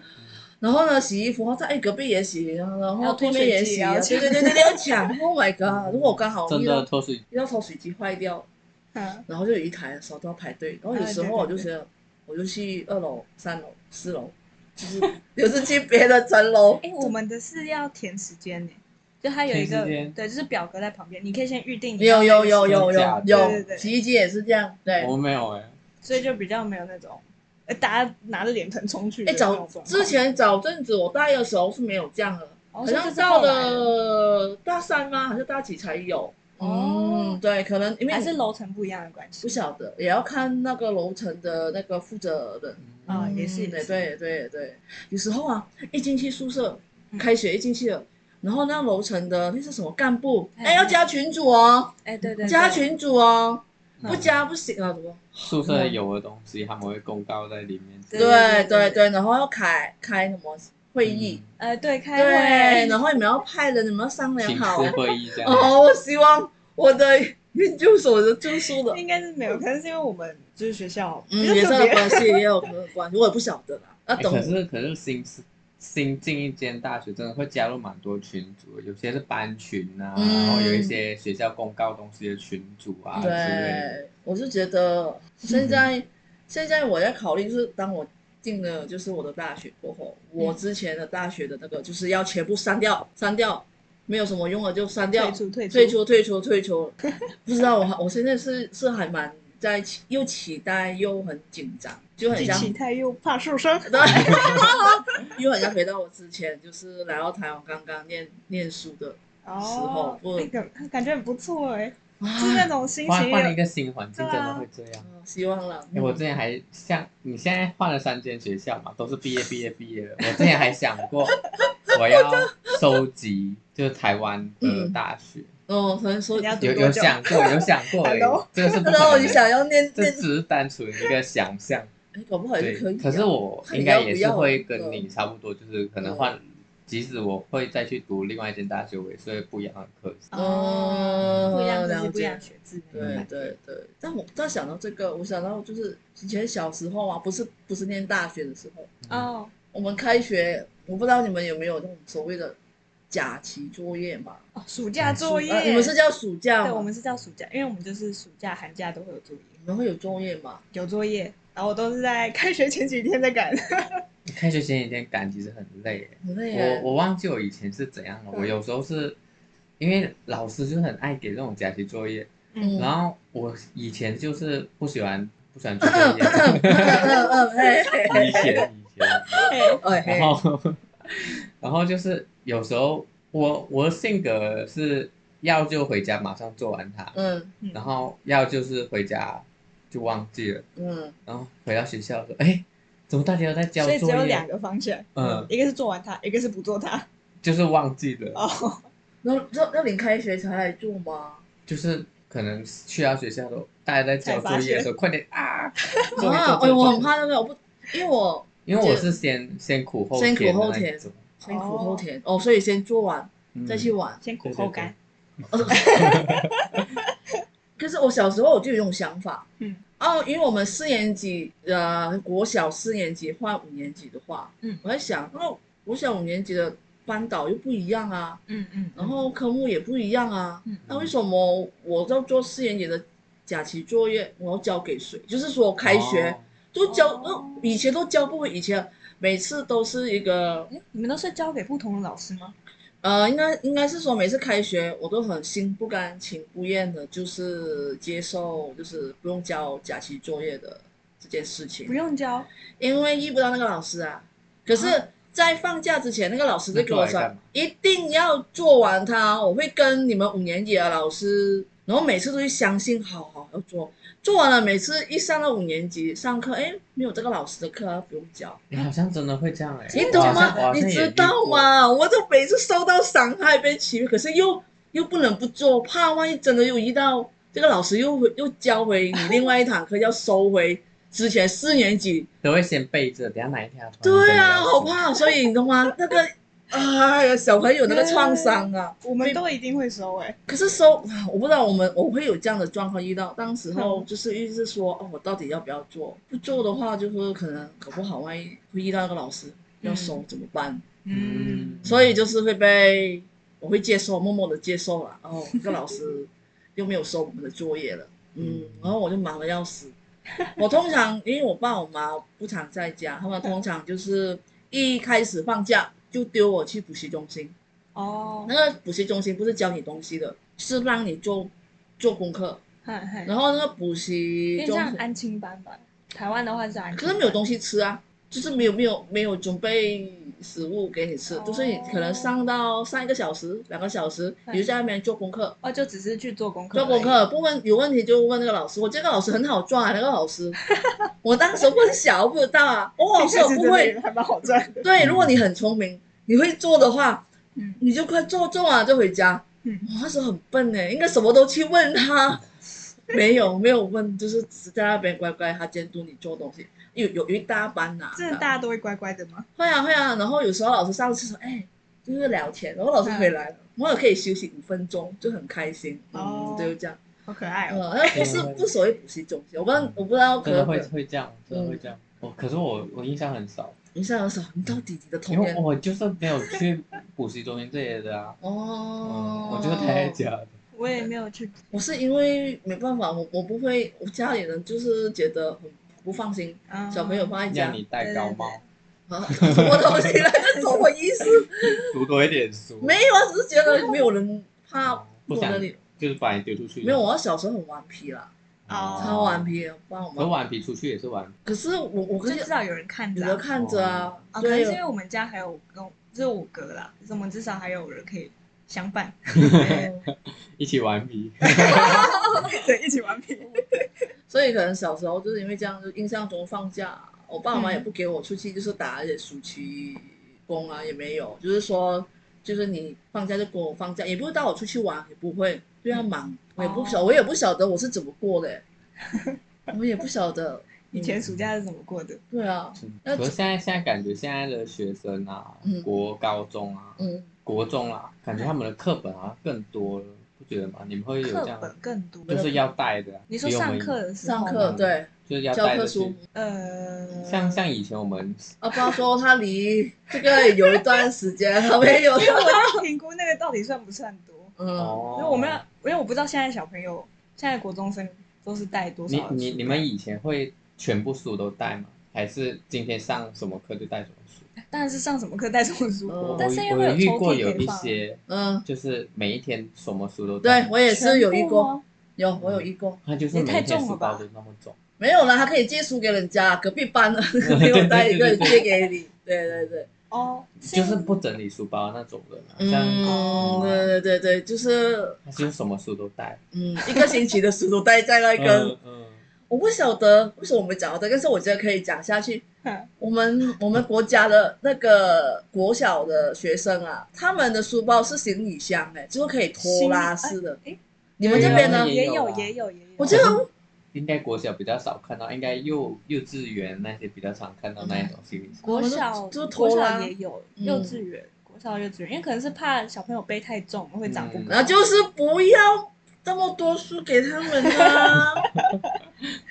[SPEAKER 3] 然后呢，洗衣服，然后在哎隔壁也洗，然
[SPEAKER 1] 然
[SPEAKER 3] 后
[SPEAKER 1] 后
[SPEAKER 3] 对面也洗啊，
[SPEAKER 1] 脱水
[SPEAKER 3] 对
[SPEAKER 1] 机
[SPEAKER 3] 对对对，要抢。Oh my god！如果我刚好
[SPEAKER 2] 真
[SPEAKER 3] 遇
[SPEAKER 2] 的
[SPEAKER 3] 到
[SPEAKER 2] 都是
[SPEAKER 3] 遇到抽水机坏掉，
[SPEAKER 1] 嗯，
[SPEAKER 3] 然后就有一台的时候都要排队，然后
[SPEAKER 1] 啊
[SPEAKER 3] 有时候我就觉得，我就去二楼、三楼、四楼，就是有时去别的层楼。
[SPEAKER 1] 哎，我们的是要填时间呢，就它有一
[SPEAKER 2] 填
[SPEAKER 1] 个
[SPEAKER 2] 时间
[SPEAKER 1] 对，就是表格在旁边，你可以先预定你要
[SPEAKER 3] 有
[SPEAKER 1] 那
[SPEAKER 3] 有
[SPEAKER 1] 个
[SPEAKER 3] 有
[SPEAKER 1] 时间
[SPEAKER 3] 有有
[SPEAKER 1] 对对
[SPEAKER 3] 有，
[SPEAKER 1] 对
[SPEAKER 3] 洗衣机也是这样，对。
[SPEAKER 2] 我没有哎，
[SPEAKER 1] 所以就比较没有那种，呃，大家拿着脸盆冲去的
[SPEAKER 3] 哎，
[SPEAKER 1] 那种哦
[SPEAKER 3] 早
[SPEAKER 1] 状况。
[SPEAKER 3] 之前早阵子我大一的时候是没有这样的，
[SPEAKER 1] 好
[SPEAKER 3] 好像到了大三吗？还是大几才有？
[SPEAKER 1] 哦
[SPEAKER 3] 嗯，对，可能因为
[SPEAKER 1] 还是楼层不一样的关系
[SPEAKER 3] 不。晓得，也要看那个楼层的那个负责人。
[SPEAKER 1] 啊也是
[SPEAKER 3] 嗯
[SPEAKER 1] 也是
[SPEAKER 3] 对对对，有时候啊，一进去宿舍，
[SPEAKER 1] 嗯
[SPEAKER 3] 开学一进去了，然后那楼层的那是什么干部，
[SPEAKER 1] 哎
[SPEAKER 3] 哎，要加群主哦，
[SPEAKER 1] 哎，对对，
[SPEAKER 3] 加
[SPEAKER 1] 对
[SPEAKER 3] 群主哦，
[SPEAKER 2] 嗯
[SPEAKER 3] 不加不行啊，怎么？
[SPEAKER 2] 宿舍有的东西他们会公告在里面。
[SPEAKER 1] 对对
[SPEAKER 3] 对对
[SPEAKER 1] 对
[SPEAKER 3] 对，然后要开开什么会议，
[SPEAKER 1] 呃，对，开
[SPEAKER 3] 对，
[SPEAKER 1] 会，
[SPEAKER 3] 然后你们要派人，你们要商量
[SPEAKER 2] 寝
[SPEAKER 3] 好
[SPEAKER 2] 室会议这样。
[SPEAKER 3] 哦。我希望我的研究所的住宿 的
[SPEAKER 1] 应该是没有，可能是因为我们就是学校
[SPEAKER 3] 嗯，
[SPEAKER 1] 比较
[SPEAKER 3] 也是
[SPEAKER 1] 特
[SPEAKER 3] 有
[SPEAKER 1] 别，
[SPEAKER 3] 关系，也有可能关系，我也不晓得啦。那
[SPEAKER 2] 欸
[SPEAKER 3] 等
[SPEAKER 2] 可是可是新新进一间大学，真的会加入蛮多群组，有些是班群啊，
[SPEAKER 3] 嗯
[SPEAKER 2] 然后有一些学校公告东西的群组啊之类的。
[SPEAKER 3] 对，我是觉得现在、现在我在考虑，就是当我进了就是我的大学过后，
[SPEAKER 2] 嗯
[SPEAKER 3] 我之前的大学的那个就是要全部删掉，删掉，没有什么用了就删掉
[SPEAKER 1] 退，出退出
[SPEAKER 3] 退，出退出退出。不知道我还我现在是是还蛮在期又期待又很紧张，就很
[SPEAKER 1] 既
[SPEAKER 3] 像
[SPEAKER 1] 期 待又怕受伤。
[SPEAKER 3] 对，又很像回到我之前就是来到台湾刚刚念念书的，
[SPEAKER 1] 哦，
[SPEAKER 3] 不
[SPEAKER 1] 那个感觉很不错哎，就
[SPEAKER 3] 啊
[SPEAKER 1] 是那种心
[SPEAKER 2] 换
[SPEAKER 1] 情
[SPEAKER 2] 换一
[SPEAKER 1] 也，
[SPEAKER 2] 个新环境，
[SPEAKER 1] 对啊
[SPEAKER 2] 真的会这样。
[SPEAKER 3] 嗯希望了。
[SPEAKER 2] 欸我之前还像你现在换了三间学校嘛，都是毕业毕业毕业了。我之前还想过我要收集就是台湾的大学，
[SPEAKER 3] 哦，可能说
[SPEAKER 1] 你要读
[SPEAKER 2] 有
[SPEAKER 1] 多
[SPEAKER 2] 有
[SPEAKER 1] 久
[SPEAKER 2] 想过有想过而已
[SPEAKER 1] Hello？
[SPEAKER 2] 这个 是不可
[SPEAKER 3] 然后
[SPEAKER 2] 能
[SPEAKER 3] 你
[SPEAKER 2] 的，
[SPEAKER 3] 想要念
[SPEAKER 2] 这
[SPEAKER 3] 念
[SPEAKER 2] 只是单纯一个想象。
[SPEAKER 3] 哎，搞不好也
[SPEAKER 2] 对，
[SPEAKER 3] 是可以、啊。
[SPEAKER 2] 是我
[SPEAKER 3] 看你
[SPEAKER 2] 应该
[SPEAKER 3] 要
[SPEAKER 2] 也
[SPEAKER 3] 不
[SPEAKER 2] 是
[SPEAKER 3] 要
[SPEAKER 2] 会
[SPEAKER 3] 嗯
[SPEAKER 2] 跟你差不多，就是可能换，即使我会再去读另外一间大学，我也是会不一样的课。
[SPEAKER 1] 哦，不一样
[SPEAKER 3] 嗯了
[SPEAKER 1] 的
[SPEAKER 3] 解
[SPEAKER 1] 不一样的学制，
[SPEAKER 3] 对对对，但我但想到这个，我想到就是以前小时候啊，不是不是念大学的时候，
[SPEAKER 1] 哦，
[SPEAKER 3] 我们开学，我不知道你们有没有那种所谓的假期作业嘛，
[SPEAKER 1] 哦，暑假作业，
[SPEAKER 3] 啊你们是叫暑假
[SPEAKER 1] 对，
[SPEAKER 3] 吗？
[SPEAKER 1] 我们是叫暑假，因为我们就是暑假、寒假都会有作业，
[SPEAKER 3] 你们会有作业吗？
[SPEAKER 1] 有作业，然后我都是在开学前几天在 赶。
[SPEAKER 2] 嗯开学前几天赶其实很累耶，
[SPEAKER 3] 很累耶
[SPEAKER 2] 我我忘记我以前是怎样了，
[SPEAKER 1] 嗯
[SPEAKER 2] 我有时候是因为老师就是很爱给这种假期作业，
[SPEAKER 1] 嗯
[SPEAKER 2] 然后我以前就是不喜欢不喜欢做作 业，
[SPEAKER 3] 嗯嗯嗯，嘿嘿
[SPEAKER 2] 以前以 前。
[SPEAKER 1] 嘿
[SPEAKER 3] 哎嘿
[SPEAKER 2] 然后， 然后就是有时候我我的性格是要就回家马上做完它，
[SPEAKER 3] 嗯
[SPEAKER 1] 嗯
[SPEAKER 2] 然后要就是回家就忘记了，
[SPEAKER 3] 嗯
[SPEAKER 2] 然后回到学校说，哎，怎么大家都在交
[SPEAKER 1] 所以只
[SPEAKER 2] 作
[SPEAKER 1] 有
[SPEAKER 2] 业？
[SPEAKER 1] 两个方向，
[SPEAKER 2] 嗯，
[SPEAKER 1] 一个是做完它，一个是不做它。
[SPEAKER 2] 就是忘记了，
[SPEAKER 1] 哦，
[SPEAKER 3] 那那那你开学才来做吗？
[SPEAKER 2] 就是可能去到学校都大家在交作业的时候，快点 啊！做一
[SPEAKER 3] 啊，
[SPEAKER 2] 做
[SPEAKER 3] 哎，我很，
[SPEAKER 2] 做
[SPEAKER 3] 怕那个，我不，因为我
[SPEAKER 2] 因为我是先先苦后
[SPEAKER 3] 先苦
[SPEAKER 2] 甜的
[SPEAKER 3] 后
[SPEAKER 2] 那
[SPEAKER 3] 甜
[SPEAKER 2] 一种，
[SPEAKER 3] 先苦后甜哦，所以先做完
[SPEAKER 2] 嗯
[SPEAKER 3] 再去玩。
[SPEAKER 1] 先苦
[SPEAKER 2] 对对
[SPEAKER 1] 后
[SPEAKER 2] 对
[SPEAKER 1] 甘。
[SPEAKER 3] 可是我小时候我就有一种想法，
[SPEAKER 1] 嗯，
[SPEAKER 3] 哦，因为我们四年级呃国小四年级换五年级的话，
[SPEAKER 1] 嗯
[SPEAKER 3] 我在想，那国小五年级的班导又不一样啊，
[SPEAKER 1] 嗯嗯
[SPEAKER 3] 然后科目也不一样啊，
[SPEAKER 1] 嗯
[SPEAKER 3] 那为什么我要做四年级的假期作业，我要交给谁？就是说开学、
[SPEAKER 2] 哦
[SPEAKER 3] 都交，
[SPEAKER 1] 哦
[SPEAKER 3] 那以前都交不回，以前每次都是一个
[SPEAKER 1] 哎，你们都是交给不同的老师吗？
[SPEAKER 3] 呃，应该应该是说每次开学我都很心不甘情不愿的，就是接受就是不用交假期作业的这件事情
[SPEAKER 1] 不，用交，
[SPEAKER 3] 因为遇不到那个老师啊。可是
[SPEAKER 1] 啊，
[SPEAKER 3] 在放假之前，那个老师就跟我
[SPEAKER 2] 那做
[SPEAKER 3] 说
[SPEAKER 2] 来干嘛，
[SPEAKER 3] 一定要做完它，我会跟你们五年级的老师，然后每次都去相信，好好要做，做完了，每次一上到五年级上课，哎，没有这个老师的课啊不用交。
[SPEAKER 2] 你好像真的会这样哎，
[SPEAKER 3] 你懂
[SPEAKER 2] 我好像
[SPEAKER 3] 吗？你知道？吗？我就每次受到伤害被欺负，可是又又不能不做，怕万一真的又遇到这个老师又回又教回你另外一堂课，要收回之前四年级。
[SPEAKER 2] 都会先备着，等下哪一天要突然
[SPEAKER 3] 对
[SPEAKER 2] 间
[SPEAKER 3] 啊，
[SPEAKER 2] 要
[SPEAKER 3] 好
[SPEAKER 2] 做
[SPEAKER 3] 怕，所以你懂吗？那个。哎呀，小朋友那个创伤啊！
[SPEAKER 1] 我们都一定会收哎。
[SPEAKER 3] 可是收，我不知道我们我会有这样的状况遇到。当时候就是一直说，哦，我到底要不要做？不做的话，就是可能搞不好万一会遇到那个老师要收怎么办？
[SPEAKER 2] 嗯
[SPEAKER 3] 所以就是会被我会接受，默默的接受了。哦，这个老师又没有收我们的作业了，嗯
[SPEAKER 2] 嗯，
[SPEAKER 3] 然后我就忙得要死。我通常因为我爸我妈不常在家，他们通常就是一开始放假就丢我去补习中心。
[SPEAKER 1] 哦，
[SPEAKER 3] 那个补习中心不是教你东西的，是让你做做功课。
[SPEAKER 1] 嗨嗨，
[SPEAKER 3] 然后那个补
[SPEAKER 1] 有
[SPEAKER 3] 习
[SPEAKER 1] 点
[SPEAKER 3] 中
[SPEAKER 1] 像
[SPEAKER 3] 心，
[SPEAKER 1] 安亲班吧？台湾的话是安亲班，
[SPEAKER 3] 可是没有东西吃啊，就是没有没有没有准备食物给你吃，
[SPEAKER 1] 哦
[SPEAKER 3] 就是你可能上到上一个小时、两个小时，
[SPEAKER 1] 嗯
[SPEAKER 3] 你就在那边做功课，
[SPEAKER 1] 哦，就只是去做功课，
[SPEAKER 3] 做功，课不问有问题就问那个老师。我这个老师很好赚、啊，那个 老师，我当时问小不知道啊，我老
[SPEAKER 1] 老
[SPEAKER 3] 师
[SPEAKER 1] 师
[SPEAKER 3] 我不会。
[SPEAKER 1] 还蛮好 赚的。
[SPEAKER 3] 对，如果你很聪明，你会做的话，
[SPEAKER 1] 嗯
[SPEAKER 3] 你就快做做完了就回家。
[SPEAKER 1] 嗯
[SPEAKER 3] 我那时候很笨呢，应该什么都去问他，没有没有问，就是只是在那边乖乖他监督你做东西。有有一大班呐、
[SPEAKER 1] 真的大家都会乖乖的吗？
[SPEAKER 3] 会啊会啊，然后有时候老师上厕所，哎，就是聊天，然后老师回来了，我也可以休息五分钟，就很开心。
[SPEAKER 1] 哦
[SPEAKER 3] 嗯，就这样。
[SPEAKER 1] 好可爱
[SPEAKER 3] 嗯
[SPEAKER 1] 哦。，
[SPEAKER 3] 那不是不所谓补习中心，我不知道我不知道可
[SPEAKER 2] 真的会
[SPEAKER 3] 能嗯
[SPEAKER 2] 会这样，真的会这样。我可是我我印象很少，
[SPEAKER 3] 你上厕所，你到底你的
[SPEAKER 2] 因
[SPEAKER 3] 童
[SPEAKER 2] 为
[SPEAKER 3] 年
[SPEAKER 2] 我就是没有去补习中心这些的啊，
[SPEAKER 3] 哦
[SPEAKER 2] 嗯，我就是待在家的。
[SPEAKER 1] 我也没有去，
[SPEAKER 3] 我是因为没办法，我我不会，我家里人就是觉得很不放心，
[SPEAKER 1] 啊
[SPEAKER 3] 小朋友放在家，
[SPEAKER 2] 让你戴高帽，
[SPEAKER 3] 啊什么东西来的，什么意思？
[SPEAKER 2] 读多一点书，
[SPEAKER 3] 没有啊，只是觉得没有人怕
[SPEAKER 2] 不
[SPEAKER 3] 我
[SPEAKER 2] 想
[SPEAKER 3] 的你，
[SPEAKER 2] 就是把你丢出去。
[SPEAKER 3] 没有，我小时候很顽皮啦，
[SPEAKER 1] 哦
[SPEAKER 3] 超顽，皮的，帮我
[SPEAKER 2] 可是
[SPEAKER 3] 们。
[SPEAKER 2] 顽皮出去也是顽皮，
[SPEAKER 3] 可是我我
[SPEAKER 1] 就
[SPEAKER 3] 可
[SPEAKER 1] 知
[SPEAKER 3] 是
[SPEAKER 1] 道有人看
[SPEAKER 3] 有
[SPEAKER 1] 着
[SPEAKER 3] 的
[SPEAKER 1] 啊。
[SPEAKER 3] 看着啊
[SPEAKER 1] 啊，，可能是因
[SPEAKER 3] 对
[SPEAKER 1] 为，我们家还有跟就是我哥啦，就是我们至少还有人可以相伴，
[SPEAKER 3] 嗯
[SPEAKER 2] 一起顽皮。
[SPEAKER 1] 对，一起玩皮。
[SPEAKER 3] 所以可能小时候就是因为这样，就印象中放假，我爸
[SPEAKER 1] 嗯
[SPEAKER 3] 妈也不给我出去，就是打一些暑期工啊，也没有，就是说，就是你放假就给我放假，也不会带我出去玩，也不会，对啊，
[SPEAKER 1] 嗯
[SPEAKER 3] 忙，我也不晓，
[SPEAKER 1] 哦
[SPEAKER 3] 我也不晓得我是怎么 过的、我也不晓得
[SPEAKER 1] 以前暑假是怎么过的？
[SPEAKER 3] 对啊， 那
[SPEAKER 2] 可是现在现在感觉现在的学生啊
[SPEAKER 3] 嗯，
[SPEAKER 2] 国高中啊，
[SPEAKER 3] 嗯，
[SPEAKER 2] 啊国中啊，感觉他们的课本好像更多了，不觉得吗？你们会有这
[SPEAKER 1] 课
[SPEAKER 2] 样，
[SPEAKER 1] 本更多。
[SPEAKER 2] 就是要带的啊。
[SPEAKER 1] 你说
[SPEAKER 2] 比我们
[SPEAKER 1] 上课的时
[SPEAKER 3] 上
[SPEAKER 1] 候吗，
[SPEAKER 3] 课对，
[SPEAKER 2] 就是要
[SPEAKER 3] 教
[SPEAKER 2] 带
[SPEAKER 3] 科
[SPEAKER 2] 的
[SPEAKER 3] 书嗯
[SPEAKER 2] 去。
[SPEAKER 1] 呃，
[SPEAKER 2] 像像以前我们
[SPEAKER 3] 阿爸说他离这个有一段时间，他 没有，
[SPEAKER 1] 因为我要评估那个到底算不算多，
[SPEAKER 3] 嗯，
[SPEAKER 2] 哦
[SPEAKER 1] 因，为我们要，因为我不知道现在小朋友，现在国中生都是带多
[SPEAKER 2] 你
[SPEAKER 1] 少的
[SPEAKER 2] 你
[SPEAKER 1] 书
[SPEAKER 2] 你们以前会全部书都带吗？还是今天上什么课就带什么书？
[SPEAKER 1] 当然是上什么课带什么书，
[SPEAKER 3] 哦
[SPEAKER 2] 我
[SPEAKER 1] 呃但是因
[SPEAKER 2] 我
[SPEAKER 1] 为
[SPEAKER 2] 有遇
[SPEAKER 1] 抽
[SPEAKER 2] 过
[SPEAKER 1] 屉
[SPEAKER 2] 有
[SPEAKER 1] 可以
[SPEAKER 2] 一
[SPEAKER 1] 放啊，
[SPEAKER 2] 些，
[SPEAKER 3] 嗯，
[SPEAKER 2] 就是每一天什么书都带
[SPEAKER 3] 对我也是有一
[SPEAKER 1] 全部
[SPEAKER 3] 过，
[SPEAKER 1] 哦，
[SPEAKER 3] 有我有一过，
[SPEAKER 2] 他就是
[SPEAKER 1] 也
[SPEAKER 2] 每
[SPEAKER 1] 太
[SPEAKER 2] 一天
[SPEAKER 1] 重了
[SPEAKER 2] 书
[SPEAKER 1] 吧
[SPEAKER 2] 包都那么重。
[SPEAKER 3] 没有啦，他可以借书给人家，隔 壁班的给我带一个
[SPEAKER 2] 对对对对
[SPEAKER 3] 借给你，对对对，
[SPEAKER 1] 哦，
[SPEAKER 2] 就是不整理书包那种人啊，像
[SPEAKER 3] 嗯，对对对对，就是
[SPEAKER 2] 他就是什么书都带。
[SPEAKER 3] 嗯，一个星期的书都待在那个，
[SPEAKER 2] 嗯嗯，
[SPEAKER 3] 我不晓得为什么我们讲到这个，但是我觉得可以讲下去。
[SPEAKER 1] 哼
[SPEAKER 3] 我们我们国家的那个国小的学生啊，他们的书包是行李箱哎、就是可以拖拉式的。
[SPEAKER 1] 行哎哎
[SPEAKER 3] 你们这边呢？
[SPEAKER 2] 对啊
[SPEAKER 1] 也
[SPEAKER 2] 也有
[SPEAKER 1] 有
[SPEAKER 2] 啊
[SPEAKER 1] 也有也有，
[SPEAKER 3] 我觉得
[SPEAKER 2] 应该国小比较少看到，应该幼幼稚园那些比较常看到那一种行李箱。
[SPEAKER 1] 国小
[SPEAKER 3] 就是
[SPEAKER 1] 国
[SPEAKER 3] 拖拉
[SPEAKER 1] 小也有，
[SPEAKER 3] 嗯
[SPEAKER 1] 幼稚园国小幼稚园，因为可能是怕小朋友背太重会长不
[SPEAKER 2] 嗯
[SPEAKER 1] 高，
[SPEAKER 3] 然后就是不要这么多书给他们啊！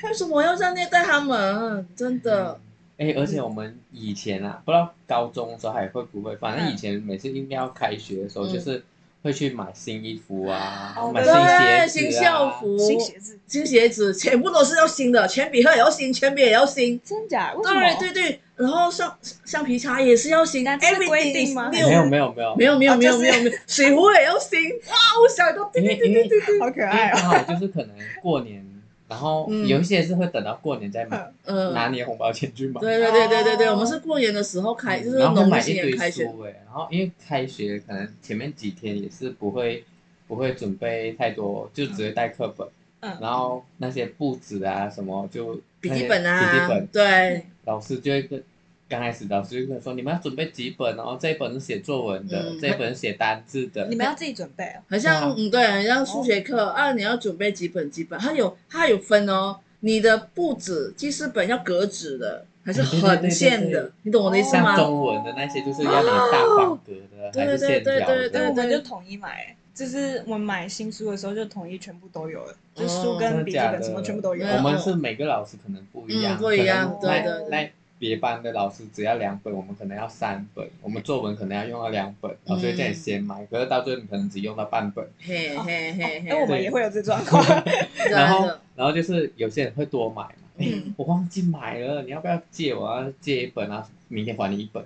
[SPEAKER 3] 为什么要这样虐待他们？真的，
[SPEAKER 2] 哎、而且我们以前啊，不知道高中的时候还会不会，反正以前每次应该要开学的时候，
[SPEAKER 3] 嗯
[SPEAKER 2] 就是会去买新衣服啊，
[SPEAKER 1] 哦
[SPEAKER 2] 买
[SPEAKER 3] 对，
[SPEAKER 2] 新鞋
[SPEAKER 3] 新
[SPEAKER 2] 子、啊、
[SPEAKER 3] 校服、
[SPEAKER 1] 新鞋子，
[SPEAKER 3] 新鞋子，全部都是要新的，铅笔盒也要新，铅笔也要新。
[SPEAKER 1] 真假？为什么？
[SPEAKER 3] 对对对，然后橡橡皮擦也是要新
[SPEAKER 1] 那这是规定吗
[SPEAKER 3] everything
[SPEAKER 2] 哎。
[SPEAKER 3] is
[SPEAKER 2] 没
[SPEAKER 3] new
[SPEAKER 2] 有没有没有
[SPEAKER 3] 没有没有
[SPEAKER 1] 哦
[SPEAKER 3] 没
[SPEAKER 1] 就
[SPEAKER 3] 有
[SPEAKER 1] 是
[SPEAKER 3] 没有没有，水壶也要新哇！我想到，对
[SPEAKER 2] 因为
[SPEAKER 3] 对对
[SPEAKER 2] 因
[SPEAKER 3] 对
[SPEAKER 2] 为
[SPEAKER 3] 对对，
[SPEAKER 1] 好可
[SPEAKER 2] 因为
[SPEAKER 1] 爱
[SPEAKER 2] 刚
[SPEAKER 1] 哦，
[SPEAKER 2] 好就是可能过年，然后
[SPEAKER 3] 嗯
[SPEAKER 2] 有一些是会等到过年再买，
[SPEAKER 1] 嗯
[SPEAKER 3] 嗯，
[SPEAKER 2] 拿你的红包钱去买。
[SPEAKER 3] 对对对对对对，
[SPEAKER 1] 哦
[SPEAKER 3] 我们是过年的时候开，就是
[SPEAKER 2] 嗯然后
[SPEAKER 3] 农历
[SPEAKER 2] 买
[SPEAKER 3] 新
[SPEAKER 2] 一
[SPEAKER 3] 年
[SPEAKER 2] 堆
[SPEAKER 3] 开学，
[SPEAKER 2] 书哎、然后因为开学可能前面几天也是不会不会准备太多，就只会带课本，
[SPEAKER 1] 嗯，
[SPEAKER 2] 然后那些簿子啊什么就
[SPEAKER 3] 笔记本
[SPEAKER 2] 那哎些笔
[SPEAKER 3] 啊
[SPEAKER 2] 记本，
[SPEAKER 3] 对，
[SPEAKER 2] 老师就会跟刚开始老师就会说你们要准备几本哦，这一本是写作文的，
[SPEAKER 3] 嗯
[SPEAKER 2] 这一本是写单字的
[SPEAKER 1] 嗯你，们要自己准备哦，
[SPEAKER 3] 好像
[SPEAKER 2] 哇
[SPEAKER 3] 嗯对，好像数学
[SPEAKER 2] 哦
[SPEAKER 3] 课啊，你要准备几本几本，它有它有分哦，你的簿子记事本要格子的，还是
[SPEAKER 2] 哎对对对对
[SPEAKER 3] 横线
[SPEAKER 2] 对对
[SPEAKER 3] 的，你懂我的意思
[SPEAKER 1] 是
[SPEAKER 2] 像
[SPEAKER 3] 吗？
[SPEAKER 2] 中文的那些就是要连大方格的、
[SPEAKER 3] 哦对
[SPEAKER 2] 还是线条的，
[SPEAKER 3] 对对
[SPEAKER 1] 那
[SPEAKER 3] 对
[SPEAKER 1] 我们就统一买，就是我们买新书的时候就统一全部都有了，
[SPEAKER 3] 哦
[SPEAKER 1] 就书跟
[SPEAKER 2] 真的
[SPEAKER 1] 笔记
[SPEAKER 2] 假
[SPEAKER 1] 本
[SPEAKER 2] 的？
[SPEAKER 1] 什么全部都有。
[SPEAKER 3] 啊
[SPEAKER 2] 我们是每个老师可能不一样，
[SPEAKER 3] 嗯不一样
[SPEAKER 2] 可能那
[SPEAKER 1] 对对对
[SPEAKER 2] 那别班的老师只要两本，我们可能要三本，我们作文可能要用到两本，哦老师会叫你先买，可是到最后你可能只用到半本。
[SPEAKER 3] 嘿嘿嘿
[SPEAKER 1] 哎，我
[SPEAKER 3] 嘿，啊
[SPEAKER 1] 们也会有这状况，
[SPEAKER 3] 真
[SPEAKER 2] 哦然后
[SPEAKER 3] 的，
[SPEAKER 2] 然后就是有些人会多买嘛，哎
[SPEAKER 3] 嗯
[SPEAKER 2] 我忘记买了，你要不要借我？啊，借一本啊，明天还你一 本，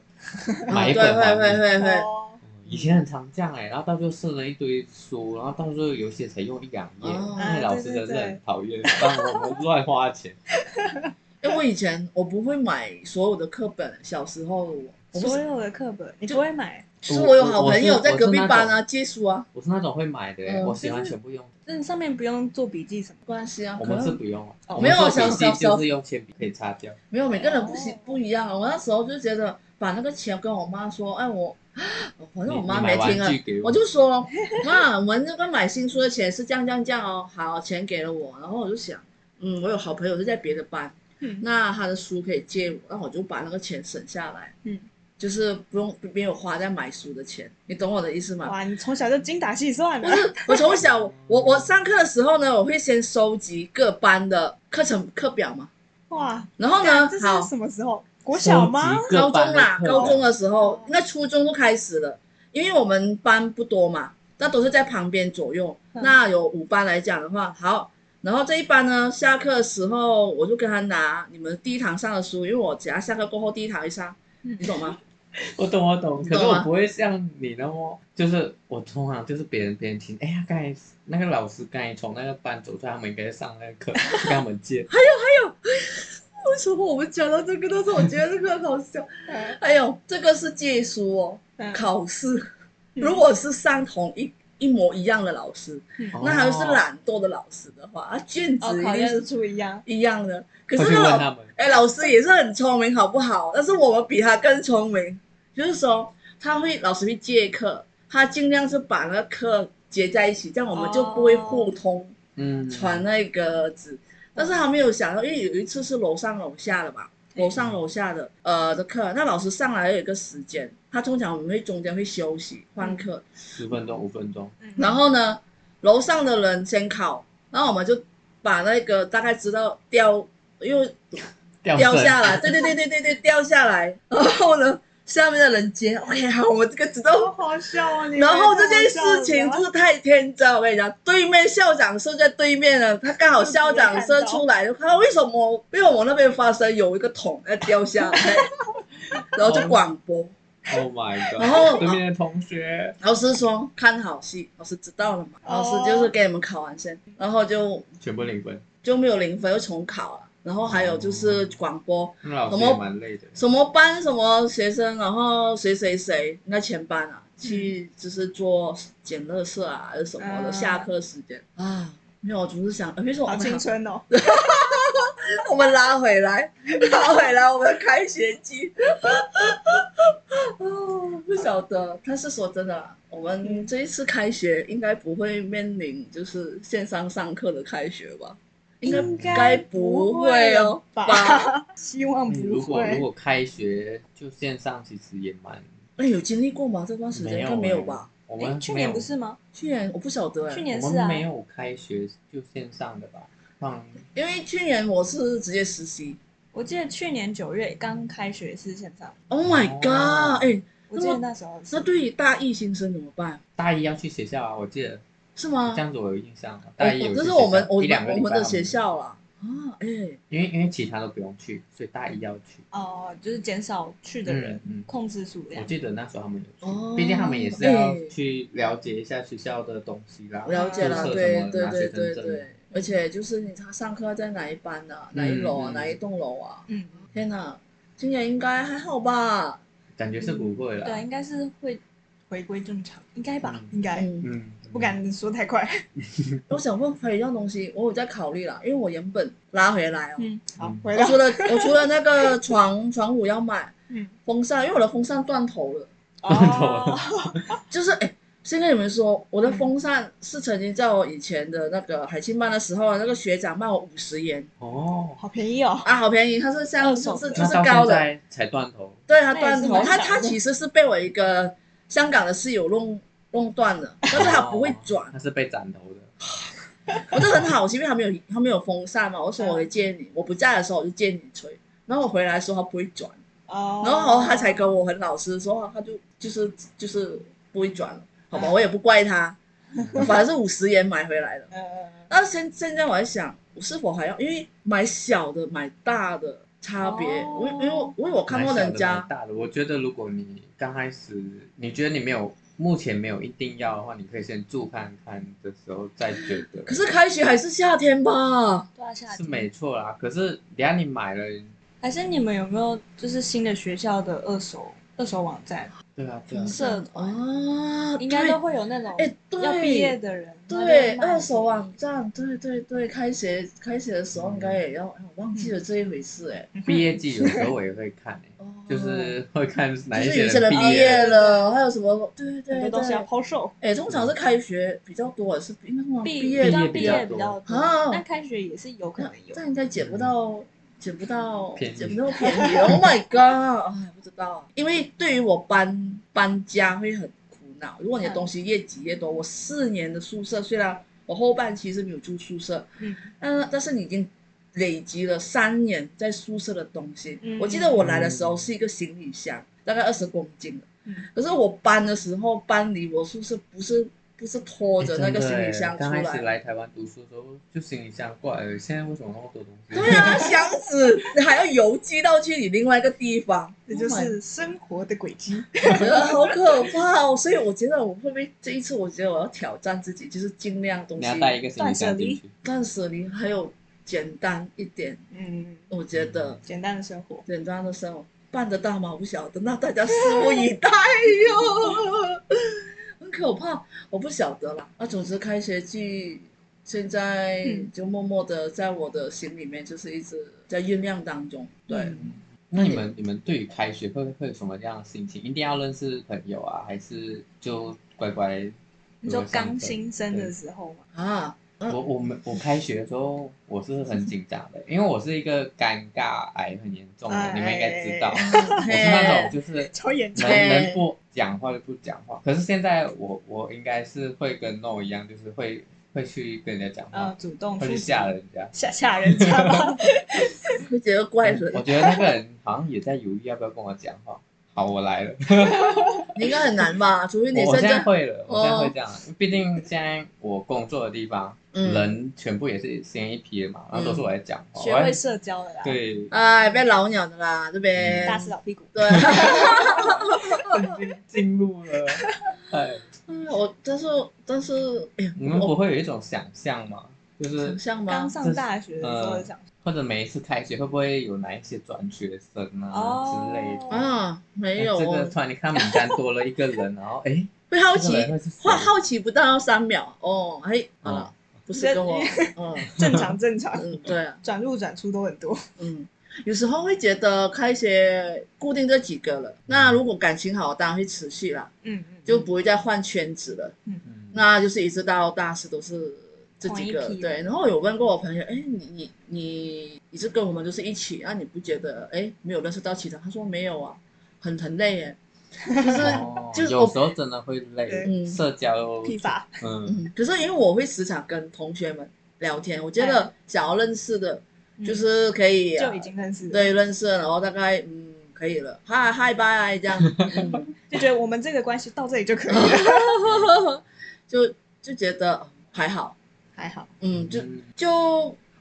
[SPEAKER 3] 嗯
[SPEAKER 2] 买一
[SPEAKER 3] 对
[SPEAKER 2] 本
[SPEAKER 3] 会
[SPEAKER 2] 还
[SPEAKER 3] 会
[SPEAKER 2] 你。
[SPEAKER 3] 会会，
[SPEAKER 1] 哦
[SPEAKER 2] 嗯以前很常这样哎、然后到最后剩了一堆书，然后到最后有些才用一两页，
[SPEAKER 3] 哦
[SPEAKER 2] 那、老师
[SPEAKER 1] 啊对
[SPEAKER 2] 真
[SPEAKER 1] 对
[SPEAKER 2] 的是
[SPEAKER 1] 对
[SPEAKER 2] 很讨厌，让我们乱花钱。
[SPEAKER 3] 因为我以前我不会买所有的课本，小时候我我不
[SPEAKER 1] 所
[SPEAKER 3] 是，
[SPEAKER 1] 有的课本你不会买，
[SPEAKER 3] 是我有好朋友在隔壁班
[SPEAKER 2] 我
[SPEAKER 3] 啊，借书啊，
[SPEAKER 2] 我是那种会买的、欸，
[SPEAKER 3] 嗯
[SPEAKER 2] 我喜欢
[SPEAKER 1] 就是
[SPEAKER 2] 全部用。
[SPEAKER 1] 那上面不用做笔记什么
[SPEAKER 3] 没关系啊，
[SPEAKER 2] 我
[SPEAKER 3] 可
[SPEAKER 2] 们
[SPEAKER 3] 能
[SPEAKER 2] 是不用啊，
[SPEAKER 1] 哦
[SPEAKER 2] 我
[SPEAKER 3] 没
[SPEAKER 2] 们
[SPEAKER 3] 有
[SPEAKER 2] 做
[SPEAKER 3] 小
[SPEAKER 2] 笔
[SPEAKER 3] 小
[SPEAKER 2] 记
[SPEAKER 3] 小
[SPEAKER 2] 就是用铅笔可以擦掉。
[SPEAKER 3] 没有每个人不
[SPEAKER 1] 哦
[SPEAKER 3] 是不一样啊。我那时候就觉得把那个钱跟我妈说，哎我， 反正我妈
[SPEAKER 2] 你
[SPEAKER 3] 没
[SPEAKER 2] 买
[SPEAKER 3] 听啊
[SPEAKER 2] 玩具，给
[SPEAKER 3] 我就说妈，我们那个买新书的钱是这样这样这样哦，好，钱给了我，然后我就想，嗯，我有好朋友是在别的班，
[SPEAKER 1] 嗯
[SPEAKER 3] 那他的书可以借我，那我就把那个钱省下来，
[SPEAKER 1] 嗯，
[SPEAKER 3] 就是不用没有花在买书的钱，你懂我的意思吗？
[SPEAKER 1] 哇，你从小就精打细算
[SPEAKER 3] 嗯不
[SPEAKER 1] 了，
[SPEAKER 3] 是，我从小我我上课的时候呢，我会先收集各班的课程课表嘛，
[SPEAKER 1] 哇！
[SPEAKER 3] 然后
[SPEAKER 1] 干
[SPEAKER 3] 呢
[SPEAKER 1] 啊这，
[SPEAKER 3] 好
[SPEAKER 1] 是，什么时候？国小吗？
[SPEAKER 2] 收集
[SPEAKER 3] 高
[SPEAKER 2] 各
[SPEAKER 3] 中
[SPEAKER 2] 班的
[SPEAKER 3] 啦，
[SPEAKER 2] 课
[SPEAKER 3] 高中
[SPEAKER 2] 啊，
[SPEAKER 3] 的时候，应该初中就开始了，因为我们班不多嘛，那都是在旁边左右。
[SPEAKER 1] 嗯
[SPEAKER 3] 那有五班来讲的话，好，然后这一班呢，下课的时候我就跟他拿你们第一堂上的书，因为我只要下课过后第一堂一上，
[SPEAKER 1] 嗯
[SPEAKER 3] 你懂 吗？
[SPEAKER 2] 我懂我懂，
[SPEAKER 3] 你
[SPEAKER 2] 可
[SPEAKER 3] 懂
[SPEAKER 2] 是
[SPEAKER 3] 吗
[SPEAKER 2] 我不会像你那么，就是我通常就是别人别人听，哎呀，刚才那个老师刚才从那个班走出来，他们应该上那个 课，去跟他们借。
[SPEAKER 3] 哎为什么我们讲到这个，但是我觉得这个很好 笑。
[SPEAKER 1] 嗯
[SPEAKER 3] 还有哎这个是借书哦，
[SPEAKER 1] 嗯
[SPEAKER 3] 考试如果是上同一一模一样的老师，
[SPEAKER 2] 哦
[SPEAKER 3] 那他就是懒惰的老师的话，他卷
[SPEAKER 1] 哦
[SPEAKER 3] 子，一
[SPEAKER 1] 考
[SPEAKER 3] 定
[SPEAKER 1] 验
[SPEAKER 3] 是
[SPEAKER 1] 出一样，
[SPEAKER 3] 一样的。可
[SPEAKER 2] 会
[SPEAKER 3] 是
[SPEAKER 2] 去
[SPEAKER 3] 那
[SPEAKER 2] 问
[SPEAKER 3] 老
[SPEAKER 2] 他们。
[SPEAKER 3] 哎，老师也是很聪明，好不好？但是我们比他更聪明，就是说他会老师会借课，他尽量是把那个课结在一起，这样我们就不会互通
[SPEAKER 2] 嗯，
[SPEAKER 3] 传那个纸。但是他没有想到，因为有一次是楼上楼下的嘛，楼上楼下的呃的课，那老师上来有一个时间，他通常我们会中间会休息换课，
[SPEAKER 2] 十分钟五分钟，
[SPEAKER 1] 嗯
[SPEAKER 3] 然后呢，楼上的人先烤，然后我们就把那个大概知道雕，因为
[SPEAKER 2] 掉
[SPEAKER 3] 掉
[SPEAKER 2] 色
[SPEAKER 3] 下来，对对对对对对，掉下来， 然后呢，下面的人接，OK，好，我们这个知
[SPEAKER 1] 好
[SPEAKER 3] 道。
[SPEAKER 1] 好笑啊！你
[SPEAKER 3] 然后
[SPEAKER 1] 们
[SPEAKER 3] 这件
[SPEAKER 1] 太好
[SPEAKER 3] 事情
[SPEAKER 1] 笑
[SPEAKER 3] 真
[SPEAKER 1] 了
[SPEAKER 3] 是太天真，我跟你讲，对面校长社在对面了，他刚好校长社出来，他为什么？因哦为我那边发生有一个桶在掉下来， 然后就广播，
[SPEAKER 2] ，Oh my god！
[SPEAKER 3] 然 后啊
[SPEAKER 2] 对面的同学，
[SPEAKER 3] 老师说看好戏，老师知道了嘛？老师就是给你们考完先，然后就
[SPEAKER 2] 全部零分，
[SPEAKER 3] 就没有零分，又重考啊。然后还有就是广播，
[SPEAKER 2] 那老师也蛮累的。
[SPEAKER 3] 什么班什么学生，然后谁谁谁，那前班啊，去就是做捡垃圾啊，还是什么的，
[SPEAKER 1] 啊
[SPEAKER 3] 下课时间啊，没有，我总是想，呃比如说我
[SPEAKER 1] 好
[SPEAKER 3] 们
[SPEAKER 1] 青春哦！
[SPEAKER 3] 我们拉回 来，拉回来，我们开学季， 哦，不晓得，但是说真的啊，我们
[SPEAKER 1] 嗯
[SPEAKER 3] 这一次开学应该不会面临就是线上上课的开学吧？应该
[SPEAKER 1] 应
[SPEAKER 3] 该不会哦
[SPEAKER 1] 吧？
[SPEAKER 3] 吧？
[SPEAKER 1] 希望
[SPEAKER 2] 嗯如
[SPEAKER 1] 不
[SPEAKER 2] 果如
[SPEAKER 1] 会。
[SPEAKER 2] 果开学就线上，其实也蛮
[SPEAKER 3] 哎，有经历过吗？这段时间应该没有吧？？
[SPEAKER 2] 欸我
[SPEAKER 1] 哎
[SPEAKER 2] 们
[SPEAKER 1] 去
[SPEAKER 2] 没有
[SPEAKER 1] 年不是吗？
[SPEAKER 3] 去年我不晓得哎，
[SPEAKER 1] 去年
[SPEAKER 2] 我
[SPEAKER 1] 是
[SPEAKER 2] 们
[SPEAKER 1] 啊，
[SPEAKER 2] 没有开学就线上的吧？放
[SPEAKER 3] 因为去年我是直接实习。
[SPEAKER 1] 我记得去年九月刚开学是线上，
[SPEAKER 3] Oh my
[SPEAKER 2] 哦
[SPEAKER 3] god！哎、
[SPEAKER 1] 我记得那时候是
[SPEAKER 3] 那对于大一新生怎么办？
[SPEAKER 2] 大一要去学校啊，我记得
[SPEAKER 3] 是吗
[SPEAKER 2] 这？样子我有印象。啊大一有
[SPEAKER 3] 我
[SPEAKER 2] 去
[SPEAKER 3] 嗯哦
[SPEAKER 2] 学校
[SPEAKER 3] 这是我们我
[SPEAKER 2] 一两
[SPEAKER 3] 们
[SPEAKER 2] 个
[SPEAKER 3] 我
[SPEAKER 2] 礼拜
[SPEAKER 3] 们的
[SPEAKER 2] 他
[SPEAKER 3] 学，校啦。啊，哎、
[SPEAKER 2] 因为因为其他都不用去，所以大一要去。
[SPEAKER 1] 哦、就是减少去的人，
[SPEAKER 2] 嗯嗯
[SPEAKER 1] 控制数
[SPEAKER 2] 我
[SPEAKER 1] 量。
[SPEAKER 2] 记得那时候他们有
[SPEAKER 3] 哦
[SPEAKER 2] 去，毕竟他们也是要
[SPEAKER 3] 哎
[SPEAKER 2] 去了解一下学校的东西啦，
[SPEAKER 3] 了解了，
[SPEAKER 2] 注册
[SPEAKER 3] 对
[SPEAKER 2] 什么
[SPEAKER 3] 对
[SPEAKER 2] 拿
[SPEAKER 3] 对
[SPEAKER 2] 学生
[SPEAKER 3] 对
[SPEAKER 2] 证
[SPEAKER 3] 对，而且就是你他上课在哪一班呢、啊？哪一
[SPEAKER 2] 嗯
[SPEAKER 3] 楼啊？
[SPEAKER 2] 嗯
[SPEAKER 3] 哪一栋楼啊？
[SPEAKER 1] 嗯，
[SPEAKER 3] 天哪，今年应该还好吧？
[SPEAKER 2] 感觉是不
[SPEAKER 1] 对，
[SPEAKER 2] 会了。
[SPEAKER 1] 应该是会回归正常，应该吧？
[SPEAKER 2] 啊嗯
[SPEAKER 1] 应该、
[SPEAKER 3] 嗯，
[SPEAKER 2] 嗯，
[SPEAKER 1] 不敢说太快。
[SPEAKER 3] 我想问还有一样东西，我有在考虑啦，因为我原本拉回来哦，
[SPEAKER 1] 嗯，好
[SPEAKER 2] 嗯，
[SPEAKER 1] 回
[SPEAKER 3] 我
[SPEAKER 1] 到
[SPEAKER 3] 除了 我除了那个床床褥要买
[SPEAKER 1] 嗯，
[SPEAKER 3] 风扇，因为我的风扇断头了。
[SPEAKER 1] 哦，
[SPEAKER 3] 就是哎，先跟你们说，我的风扇是曾经在我以前的那个海青班的时候，那个学长卖我五十元
[SPEAKER 2] 哦，
[SPEAKER 1] 好便宜哦。
[SPEAKER 3] 啊，好便宜，它是像
[SPEAKER 1] 二
[SPEAKER 3] 是
[SPEAKER 1] 手
[SPEAKER 3] 是
[SPEAKER 1] 的
[SPEAKER 3] 就
[SPEAKER 2] 那
[SPEAKER 3] 是
[SPEAKER 2] 到
[SPEAKER 3] 高
[SPEAKER 2] 现
[SPEAKER 3] 的，
[SPEAKER 2] 在才断头，
[SPEAKER 3] 对，它
[SPEAKER 1] 那
[SPEAKER 3] 断
[SPEAKER 1] 也是
[SPEAKER 3] 头，
[SPEAKER 1] 蛮
[SPEAKER 3] 它
[SPEAKER 1] 小的
[SPEAKER 3] 它其实是被我一个香港的室友弄弄 断了，但是它不会转
[SPEAKER 2] 哦，它是被斩头的。
[SPEAKER 3] 我就很好奇，因为它没有它没有风扇嘛，我说我会借你，我不在的时候我就借你吹，然后我回来的时候它不会转，
[SPEAKER 1] 哦，
[SPEAKER 3] 然后他才跟我很老实地说，啊他就就是就是不会转了，好
[SPEAKER 1] 哎
[SPEAKER 3] 吧，我也不怪他，反正是五十元买回来的。
[SPEAKER 1] 呃，呃，
[SPEAKER 3] 那现现在我在想，我是否还要因为买小的买大的差别？
[SPEAKER 1] 哦
[SPEAKER 3] 我因为我因为我看过人
[SPEAKER 2] 蛮小的蛮
[SPEAKER 3] 家，
[SPEAKER 2] 大的，我觉得如果你刚开始，你觉得你没有，目前没有一定要的话，你可以先住看看的时候再觉得。
[SPEAKER 3] 可是开学还是夏天吧？
[SPEAKER 1] 对啊，夏
[SPEAKER 2] 是
[SPEAKER 1] 天
[SPEAKER 2] 没错啦，可是等下你买了，
[SPEAKER 1] 还是你们有没有就是新的学校的二手二手网站？
[SPEAKER 2] 对啊对啊
[SPEAKER 1] 嗯，社团
[SPEAKER 3] 啊，
[SPEAKER 1] 应该
[SPEAKER 3] 对
[SPEAKER 1] 都会有那种
[SPEAKER 3] 哎对
[SPEAKER 1] 要毕业的人，他
[SPEAKER 3] 对
[SPEAKER 1] 就会卖
[SPEAKER 3] 二手网站，对对对，开学开学的时候应该也要，哎我忘记了这一回事哎、
[SPEAKER 1] 嗯
[SPEAKER 2] 毕业季有时候我也会看诶、
[SPEAKER 3] 哦
[SPEAKER 2] 就是会看哪
[SPEAKER 3] 就
[SPEAKER 2] 一
[SPEAKER 3] 是有些
[SPEAKER 2] 些人
[SPEAKER 3] 人毕
[SPEAKER 2] 毕
[SPEAKER 3] 业
[SPEAKER 2] 业了。
[SPEAKER 3] 了，还有什么？对对
[SPEAKER 1] 很
[SPEAKER 3] 对
[SPEAKER 1] 多东西要抛售。
[SPEAKER 3] 哎、通常是开学比较多，是应该通常毕
[SPEAKER 1] 业
[SPEAKER 3] 业
[SPEAKER 2] 毕
[SPEAKER 1] 到
[SPEAKER 2] 业
[SPEAKER 1] 毕
[SPEAKER 2] 比
[SPEAKER 1] 业
[SPEAKER 2] 较
[SPEAKER 1] 比
[SPEAKER 2] 多
[SPEAKER 1] 较多
[SPEAKER 3] 啊，
[SPEAKER 1] 但开学也是有可
[SPEAKER 3] 那
[SPEAKER 1] 能有嗯
[SPEAKER 3] 这。样应该捡不到，捡不到，
[SPEAKER 2] 便宜
[SPEAKER 3] 捡不到便宜了。Oh my god！哎，不知道，因为对于我搬搬家会很苦恼。如果你的
[SPEAKER 1] 嗯
[SPEAKER 3] 东西越积越多，我四年的宿舍虽然我后半期是没有住宿舍，
[SPEAKER 1] 嗯
[SPEAKER 3] 但但是你已经累积了三年在宿舍的东西。
[SPEAKER 1] 嗯
[SPEAKER 3] 我记得我来的时候是一个行李箱，大概二十公斤的
[SPEAKER 1] 嗯
[SPEAKER 3] 可是我搬的时候搬离我宿舍不是不是拖
[SPEAKER 1] 哎
[SPEAKER 3] 着那个行李箱出
[SPEAKER 2] 欸刚开始
[SPEAKER 3] 来。
[SPEAKER 2] 来台湾读书的时候就行李箱过来了，现在为什么那么多东西？
[SPEAKER 3] 对啊，箱子你还要邮寄到去你另外一个地方，
[SPEAKER 1] 这 就
[SPEAKER 3] Oh my
[SPEAKER 1] 是生活的轨迹。
[SPEAKER 3] 我觉得好可怕哦，所以我觉得我会不会这一次，我觉得我要挑战自己，就是尽量东
[SPEAKER 2] 你
[SPEAKER 3] 西
[SPEAKER 2] 要带一个行李箱进去，
[SPEAKER 3] 断舍离，还有简单一点。
[SPEAKER 1] 嗯，
[SPEAKER 3] 我觉得
[SPEAKER 1] 简单的生活。
[SPEAKER 3] 简单的生活办得到吗？我不晓得，那大家拭目以 待哟。很可怕，我不晓得啦。那、啊总之开学季现在
[SPEAKER 1] 嗯
[SPEAKER 3] 就默默的在我的心里面，就是一直在酝酿当中。对，
[SPEAKER 1] 嗯
[SPEAKER 2] 那你们你们对于开学会会有什么样的心情？一定要认识朋友啊，还是就乖乖？
[SPEAKER 1] 你说刚新生的时候嘛，
[SPEAKER 3] 啊，嗯
[SPEAKER 2] 我我们我开学的时候我是很紧张的，因为我是一个尴尬癌很严重
[SPEAKER 3] 哎
[SPEAKER 2] 的，你们应该知道。
[SPEAKER 3] 我
[SPEAKER 2] 我是那 种就是
[SPEAKER 1] 超严重
[SPEAKER 2] 能
[SPEAKER 3] 哎
[SPEAKER 2] 能不讲话就不讲话。可是现在我我应该是会跟 No 一样，就是会会去跟人家讲
[SPEAKER 3] 嗯
[SPEAKER 1] 啊，
[SPEAKER 2] 话，
[SPEAKER 1] 主动
[SPEAKER 2] 会去
[SPEAKER 1] 出
[SPEAKER 2] 吓人家。
[SPEAKER 1] 吓吓人家吧。
[SPEAKER 3] 会觉得怪人
[SPEAKER 2] 我，觉得那个人好像也在犹豫要不要跟我讲话。好，我来了，
[SPEAKER 3] 你应该很难吧？除非你
[SPEAKER 2] 我我
[SPEAKER 3] 现
[SPEAKER 2] 现在
[SPEAKER 3] 在
[SPEAKER 2] 会了，我现在
[SPEAKER 3] 哦
[SPEAKER 2] 会这样，毕竟现在我工作的地方
[SPEAKER 3] 嗯
[SPEAKER 2] 人全部也是先一批的嘛，然后都是我在讲话，
[SPEAKER 1] 嗯学
[SPEAKER 2] 我在
[SPEAKER 3] 哦
[SPEAKER 1] 会社交了啦，
[SPEAKER 2] 对，
[SPEAKER 3] 哎被老鸟的啦这
[SPEAKER 2] 嗯
[SPEAKER 3] 边
[SPEAKER 1] 大，吃老屁股。
[SPEAKER 3] 对，
[SPEAKER 2] 已经进入了。哎，
[SPEAKER 3] 嗯我但是但是哎呀，
[SPEAKER 2] 你们
[SPEAKER 3] 我
[SPEAKER 2] 不会有一种想象吗？就是
[SPEAKER 3] 想象吗
[SPEAKER 1] 刚？上大学的
[SPEAKER 3] 呃
[SPEAKER 1] 时候想，
[SPEAKER 2] 或者每一次开学会不会有哪一些转学生啊、
[SPEAKER 1] 哦
[SPEAKER 2] 之类的？
[SPEAKER 3] 啊，没有
[SPEAKER 2] 哎这个
[SPEAKER 3] 哦，
[SPEAKER 2] 突然你看名单多了一个人，然后哎，
[SPEAKER 3] 会好
[SPEAKER 2] 这个
[SPEAKER 3] 奇，
[SPEAKER 2] 人会是谁
[SPEAKER 3] 好？好奇不到三秒哦，哎，好
[SPEAKER 2] 哦
[SPEAKER 3] 了，不是跟我，嗯
[SPEAKER 1] 正常正常，
[SPEAKER 3] 嗯，对啊，
[SPEAKER 1] 转入转出都很多。
[SPEAKER 3] 嗯，有时候会觉得开学固定这几个了，那如果感情好，当然会持续啦，
[SPEAKER 1] 嗯嗯，
[SPEAKER 3] 就不会再换圈子了。
[SPEAKER 2] 嗯
[SPEAKER 3] 那就是一直到大四都是这几个
[SPEAKER 1] 同一批的
[SPEAKER 3] 对。然后有问过我朋友，哎，你你你你是跟我们就是一起啊？你不觉得哎没有认识到其他？他说没有啊，很很累哎，就是、
[SPEAKER 2] 哦
[SPEAKER 3] 就是
[SPEAKER 2] 有
[SPEAKER 3] 我
[SPEAKER 2] 时候真的会累，
[SPEAKER 3] 嗯
[SPEAKER 2] 社交
[SPEAKER 1] 批发，
[SPEAKER 2] 嗯，
[SPEAKER 3] 嗯，可是因为我会时常跟同学们聊天，我觉得想要认识的，就是可以、啊
[SPEAKER 1] 哎嗯就已经认识了，，
[SPEAKER 3] 对认识了，然后大概嗯可以了，嗨嗨拜这样。嗯
[SPEAKER 1] 就觉得我们这个关系到这里就可以 了，
[SPEAKER 3] 就就觉得哦还好，
[SPEAKER 1] 还好。
[SPEAKER 3] 嗯，就就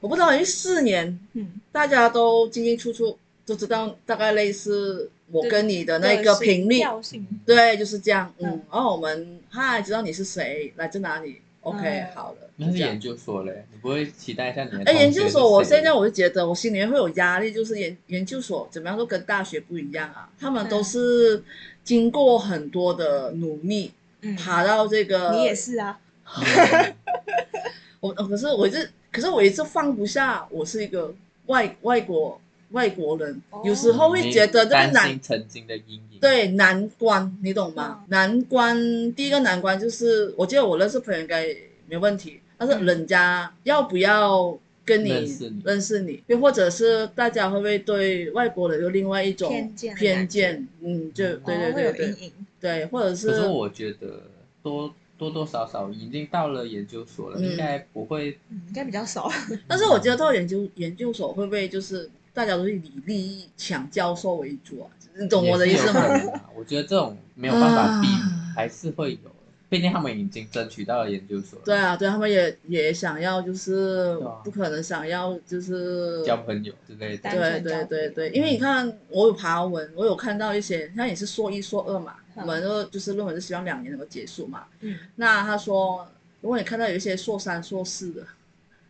[SPEAKER 3] 我不知道，因为四年
[SPEAKER 1] 嗯，
[SPEAKER 3] 大家都进进出出，都知道大概类似我跟你的那
[SPEAKER 1] 个
[SPEAKER 3] 个
[SPEAKER 1] 性
[SPEAKER 3] 频率，
[SPEAKER 1] 调性，
[SPEAKER 3] 对，就是这样，嗯
[SPEAKER 1] 嗯，
[SPEAKER 3] 然后我们嗨，知道你是谁，来自哪里，OK，
[SPEAKER 1] 嗯
[SPEAKER 3] 好了，
[SPEAKER 2] 那是
[SPEAKER 3] 就这样
[SPEAKER 2] 研。究所嘞，你不会期待一下你的？
[SPEAKER 3] 哎，研究所，我现在
[SPEAKER 2] 我
[SPEAKER 3] 我就觉得我心里面会有压力，就是研研究所怎么样都跟大学不一样啊，他们都
[SPEAKER 1] 嗯
[SPEAKER 3] 是经过很多的努力
[SPEAKER 1] 嗯，
[SPEAKER 3] 爬到这个，
[SPEAKER 1] 你也是啊，
[SPEAKER 2] 嗯
[SPEAKER 3] 我哦我可是我一直，可是我一直放不下，我是一个外外国外国人，
[SPEAKER 1] 哦
[SPEAKER 3] 有时候会觉得这个
[SPEAKER 2] 担
[SPEAKER 3] 难
[SPEAKER 2] 心曾经的阴影，，
[SPEAKER 3] 对难关，你懂吗？
[SPEAKER 1] 嗯
[SPEAKER 3] 难关第一个难关就是，我觉得我认识朋友应该没问题，但是
[SPEAKER 1] 嗯
[SPEAKER 3] 人家要不要跟你
[SPEAKER 2] 认识你
[SPEAKER 3] 认识你又或者是大家会不会对外国人有另外一种
[SPEAKER 1] 偏见的
[SPEAKER 3] 偏
[SPEAKER 1] 感觉
[SPEAKER 3] 见？嗯，就对对
[SPEAKER 1] 哦会有
[SPEAKER 3] 对对
[SPEAKER 1] 阴影，
[SPEAKER 3] 对，或者
[SPEAKER 2] 可
[SPEAKER 3] 是
[SPEAKER 2] 是我觉得多多多少少已经到了研究所了，
[SPEAKER 3] 嗯
[SPEAKER 2] 应该不会。
[SPEAKER 1] 嗯，应该比较少。
[SPEAKER 3] 但是我觉得到研究研究所会不会就是大家都是以利益抢教授为主啊？你懂我的意思吗？
[SPEAKER 2] 也是有可能啊？我觉得这种没有办法避免，
[SPEAKER 3] 啊
[SPEAKER 2] 还是会有的。毕竟他们已经争取到了研究所了，
[SPEAKER 3] 对，啊，对他们也也想要，就是
[SPEAKER 2] 对啊
[SPEAKER 3] 不可能想要就是
[SPEAKER 2] 交朋友之类的
[SPEAKER 1] 单。纯
[SPEAKER 3] 对对
[SPEAKER 1] 交
[SPEAKER 3] 对
[SPEAKER 1] 朋
[SPEAKER 3] 对，
[SPEAKER 1] 友
[SPEAKER 3] 因为你看我有爬文，我有看到一些，他也是硕一硕二嘛，我们就就是论文是希望两年能够结束嘛。
[SPEAKER 1] 嗯，
[SPEAKER 3] 那他说，如果你看到有一些硕三硕四的，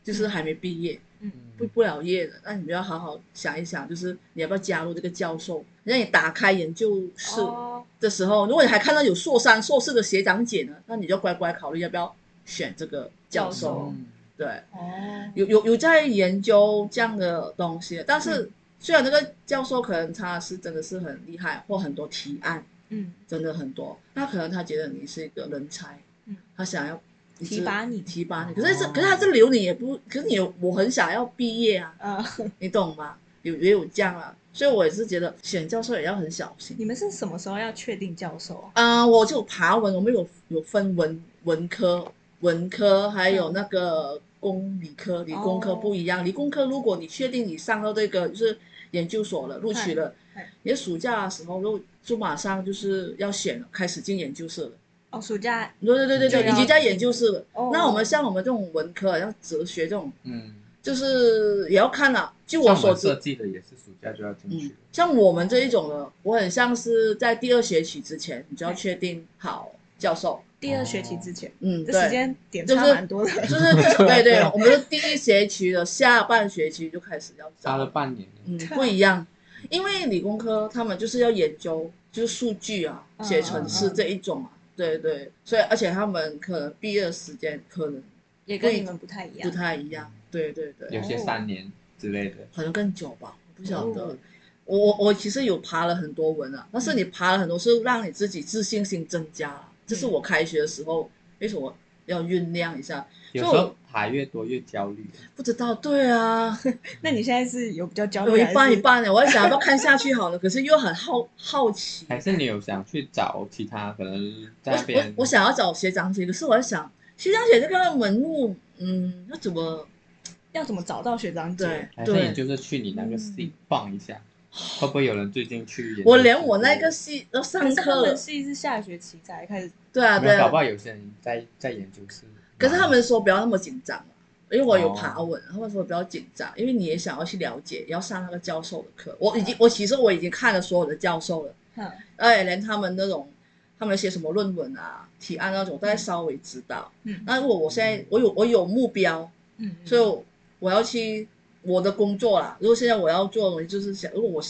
[SPEAKER 3] 就是还没毕业，毕
[SPEAKER 2] 嗯
[SPEAKER 3] 不了业的，那你们要好好想一想，就是你要不要加入这个教授？让你打开研究室
[SPEAKER 1] 哦，
[SPEAKER 3] 的时候，如果你还看到有硕三、硕士的学长姐呢，那你就乖乖考虑要不要选这个教
[SPEAKER 1] 教授
[SPEAKER 3] 授。对，
[SPEAKER 1] 哦，
[SPEAKER 3] 有有有在研究这样的东西，但是
[SPEAKER 1] 嗯
[SPEAKER 3] 虽然这个教授可能他是真的是很厉害，或很多提案
[SPEAKER 1] 嗯，
[SPEAKER 3] 真的很多，那可能他觉得你是一个人才，
[SPEAKER 1] 嗯
[SPEAKER 3] 他想要一直
[SPEAKER 1] 提拔你
[SPEAKER 3] 提拔你，可是这
[SPEAKER 2] 哦
[SPEAKER 3] 可是他这留你也不，可是你有我很想要毕业啊，
[SPEAKER 1] 呃，
[SPEAKER 3] 你懂吗？有也有这样啊，所以我也是觉得选教授也要很小心。
[SPEAKER 1] 你们是什么时候要确定教授啊？
[SPEAKER 3] 啊、我就爬文，我们有有分文文科、文科，还有那个工理科，理工科
[SPEAKER 1] 嗯哦
[SPEAKER 3] 不一样。理工科，如果你确定你上到这个就是研究所了，录取了
[SPEAKER 1] 嗨嗨，
[SPEAKER 3] 你的暑假的时候就就马上就是要选了，开始进研究室了。
[SPEAKER 1] 哦，暑假
[SPEAKER 3] 对对对对
[SPEAKER 2] 就
[SPEAKER 3] 对，
[SPEAKER 2] 要
[SPEAKER 3] 已经在研究室了。
[SPEAKER 1] 啊哦
[SPEAKER 3] 那我们像我们这种文科，像哲学这种，
[SPEAKER 2] 嗯，
[SPEAKER 3] 就是也要看了、据
[SPEAKER 2] 像
[SPEAKER 3] 我
[SPEAKER 2] 我
[SPEAKER 3] 所
[SPEAKER 2] 们
[SPEAKER 3] 知
[SPEAKER 2] 设，计的也是暑假就要进去
[SPEAKER 3] 嗯
[SPEAKER 2] 了，，
[SPEAKER 3] 像我们这一种呢，我很像是在第二学期之前，你就要确定好教授。
[SPEAKER 1] 第二学期之前，
[SPEAKER 3] 嗯，
[SPEAKER 1] 这时
[SPEAKER 3] 对，
[SPEAKER 1] 间点差蛮多的。
[SPEAKER 3] 就是对对，我们的第一学期的下半学期就开始要
[SPEAKER 2] 差
[SPEAKER 3] 招
[SPEAKER 2] 了
[SPEAKER 3] 了，
[SPEAKER 2] 半年。
[SPEAKER 3] 嗯，不一样，因为理工科他们就是要研究就是数据啊、
[SPEAKER 1] 嗯
[SPEAKER 3] 写程式这一种啊，对对，所以而且他们可能毕业的时间可能
[SPEAKER 1] 也跟你们不太一
[SPEAKER 3] 不
[SPEAKER 1] 样，
[SPEAKER 3] 太一样，对对对，
[SPEAKER 2] 有些三年之类的，
[SPEAKER 3] 可能更久吧，我不晓得
[SPEAKER 1] 哦。嗯
[SPEAKER 3] 我我我其实有爬了很多文啊，但
[SPEAKER 1] 嗯
[SPEAKER 3] 啊是你爬了很多是让你自己自信心增加了，这是我开学的时候为什么要酝酿一下。
[SPEAKER 2] 有
[SPEAKER 3] 所以
[SPEAKER 2] 时
[SPEAKER 3] 我
[SPEAKER 2] 候爬越多越焦虑。
[SPEAKER 3] 不知道，对啊，
[SPEAKER 1] 那你现在是有比较焦
[SPEAKER 3] 有
[SPEAKER 1] 虑，
[SPEAKER 3] 一半一。半的，我在想要不要看下去好了，可是又很好好奇。
[SPEAKER 2] 还是你有想去找其他可能在
[SPEAKER 3] 我
[SPEAKER 2] 那边？
[SPEAKER 3] 我我想要找学长姐，可是我在想，学长姐这个门路，嗯，要怎么
[SPEAKER 1] 要怎么找到学长
[SPEAKER 3] 对
[SPEAKER 1] 姐？
[SPEAKER 2] 还是你
[SPEAKER 3] 对？
[SPEAKER 2] 就是去你那个
[SPEAKER 1] 嗯
[SPEAKER 2] C 逛一下，会不会有人最近去研究生？
[SPEAKER 3] 我连我那个系都上
[SPEAKER 1] 可是他
[SPEAKER 3] 课
[SPEAKER 1] 们，系是下学期才开始，
[SPEAKER 3] 对啊
[SPEAKER 2] 没
[SPEAKER 3] 对
[SPEAKER 2] 有，搞
[SPEAKER 3] 啊
[SPEAKER 2] 不，好有些人在在研究室。
[SPEAKER 3] 可是他们说不要那么紧张，因为我
[SPEAKER 2] 哦
[SPEAKER 3] 有爬文，他们说不要紧张，因为你也想要去了解，也要上那个教授的课。我已经我其实我已经看了所有的教授了，
[SPEAKER 1] 哼
[SPEAKER 3] 哎，连他们那种他们写什么论文啊、提案那种，大概稍微知道。
[SPEAKER 1] 嗯
[SPEAKER 3] 那如果我现在我有我有目标，
[SPEAKER 1] 嗯，
[SPEAKER 3] 所以我我要去我的工作啦。如果现在我要做，我就是想，如果我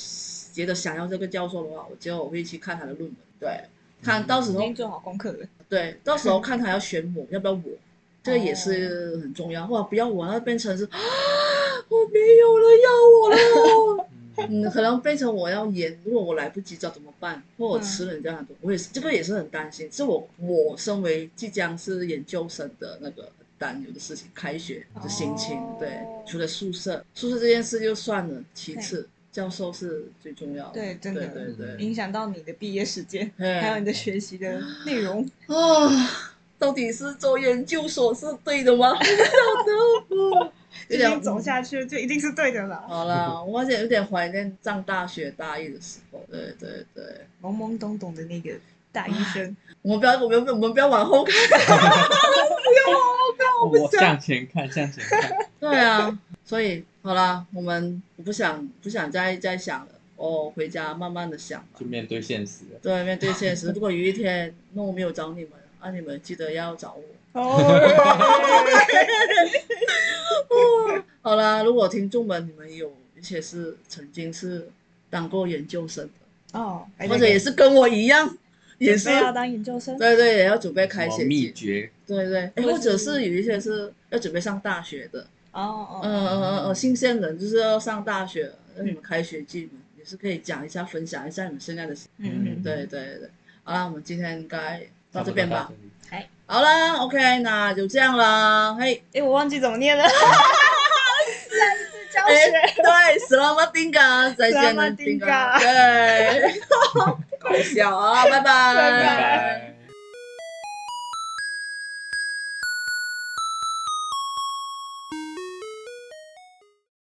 [SPEAKER 3] 觉得想要这个教授的话，我就我会去看他的论文，对，看
[SPEAKER 2] 嗯
[SPEAKER 3] 到时
[SPEAKER 1] 已
[SPEAKER 3] 候
[SPEAKER 1] 经做好功课了。
[SPEAKER 3] 对，到时候看他要选我，要不要我，这个也是很重要。哇，不要我，那变成是，啊、 我没有了，要我了。
[SPEAKER 2] 嗯，
[SPEAKER 3] 嗯，可能变成我要演，如果我来不及找怎么办？或
[SPEAKER 1] 嗯
[SPEAKER 3] 我吃了人家很多，我也是这个也是很担心。是我我身为即将是研究生的那个担忧的事情，开学的心情。
[SPEAKER 1] 哦
[SPEAKER 3] 对，除了宿舍，宿舍这件事就算了，其次教授是最重要的。
[SPEAKER 1] 对真的
[SPEAKER 3] 对对对。
[SPEAKER 1] 影响到你的毕业时间，
[SPEAKER 3] 嘿
[SPEAKER 1] 还有你的学习的内容。
[SPEAKER 3] 啊，到底是做研究所是对的吗？不 知道的。嗯
[SPEAKER 1] 已经走下去了就一定是对的啦。
[SPEAKER 3] 好啦，我现在有点怀念上大学大一的时候。对对对，
[SPEAKER 1] 懵懵懂懂的那个大一生，
[SPEAKER 3] 我们不要，我们我们不要往后看。
[SPEAKER 2] 我向前看，向前看。
[SPEAKER 3] 对啊，所以好啦，我们我不想不想再再想了，我回家慢慢的想吧
[SPEAKER 2] 就。面对现实了。
[SPEAKER 3] 对，面对现实，如果有一天那我没有找你们，啊，你们记得要找我。
[SPEAKER 1] 哦，
[SPEAKER 3] 好啦，如果听众们你们有一些是曾经是当过研究生的，
[SPEAKER 1] 哦，
[SPEAKER 3] 或者也是跟我一样，也是啊
[SPEAKER 1] 准备要当研究生，
[SPEAKER 3] 对对，也要准备开
[SPEAKER 2] 什么
[SPEAKER 3] 学
[SPEAKER 2] 秘
[SPEAKER 3] 季，
[SPEAKER 2] 诀，
[SPEAKER 3] 对对，诶
[SPEAKER 1] 或
[SPEAKER 3] 或者
[SPEAKER 1] 是
[SPEAKER 3] 是有一些是要准备上大学的，
[SPEAKER 1] 哦哦，
[SPEAKER 3] 嗯嗯嗯嗯，新鲜人就是要上大学，那你们开学季嘛，也是可以讲一下，分享一下你们现在的事，
[SPEAKER 1] 嗯嗯，
[SPEAKER 3] 对对对。好啦，我们今天应该到这边吧。
[SPEAKER 2] 差
[SPEAKER 3] 好啦 o k 那就这样啦，嘿。
[SPEAKER 1] 哎，我忘记怎么 念了， 上一次
[SPEAKER 3] 哎，对 s l a m a Dinga，再见了
[SPEAKER 1] Selamat
[SPEAKER 3] Dinga，对，搞笑啊，拜拜，
[SPEAKER 1] 拜
[SPEAKER 2] 不多，拜拜。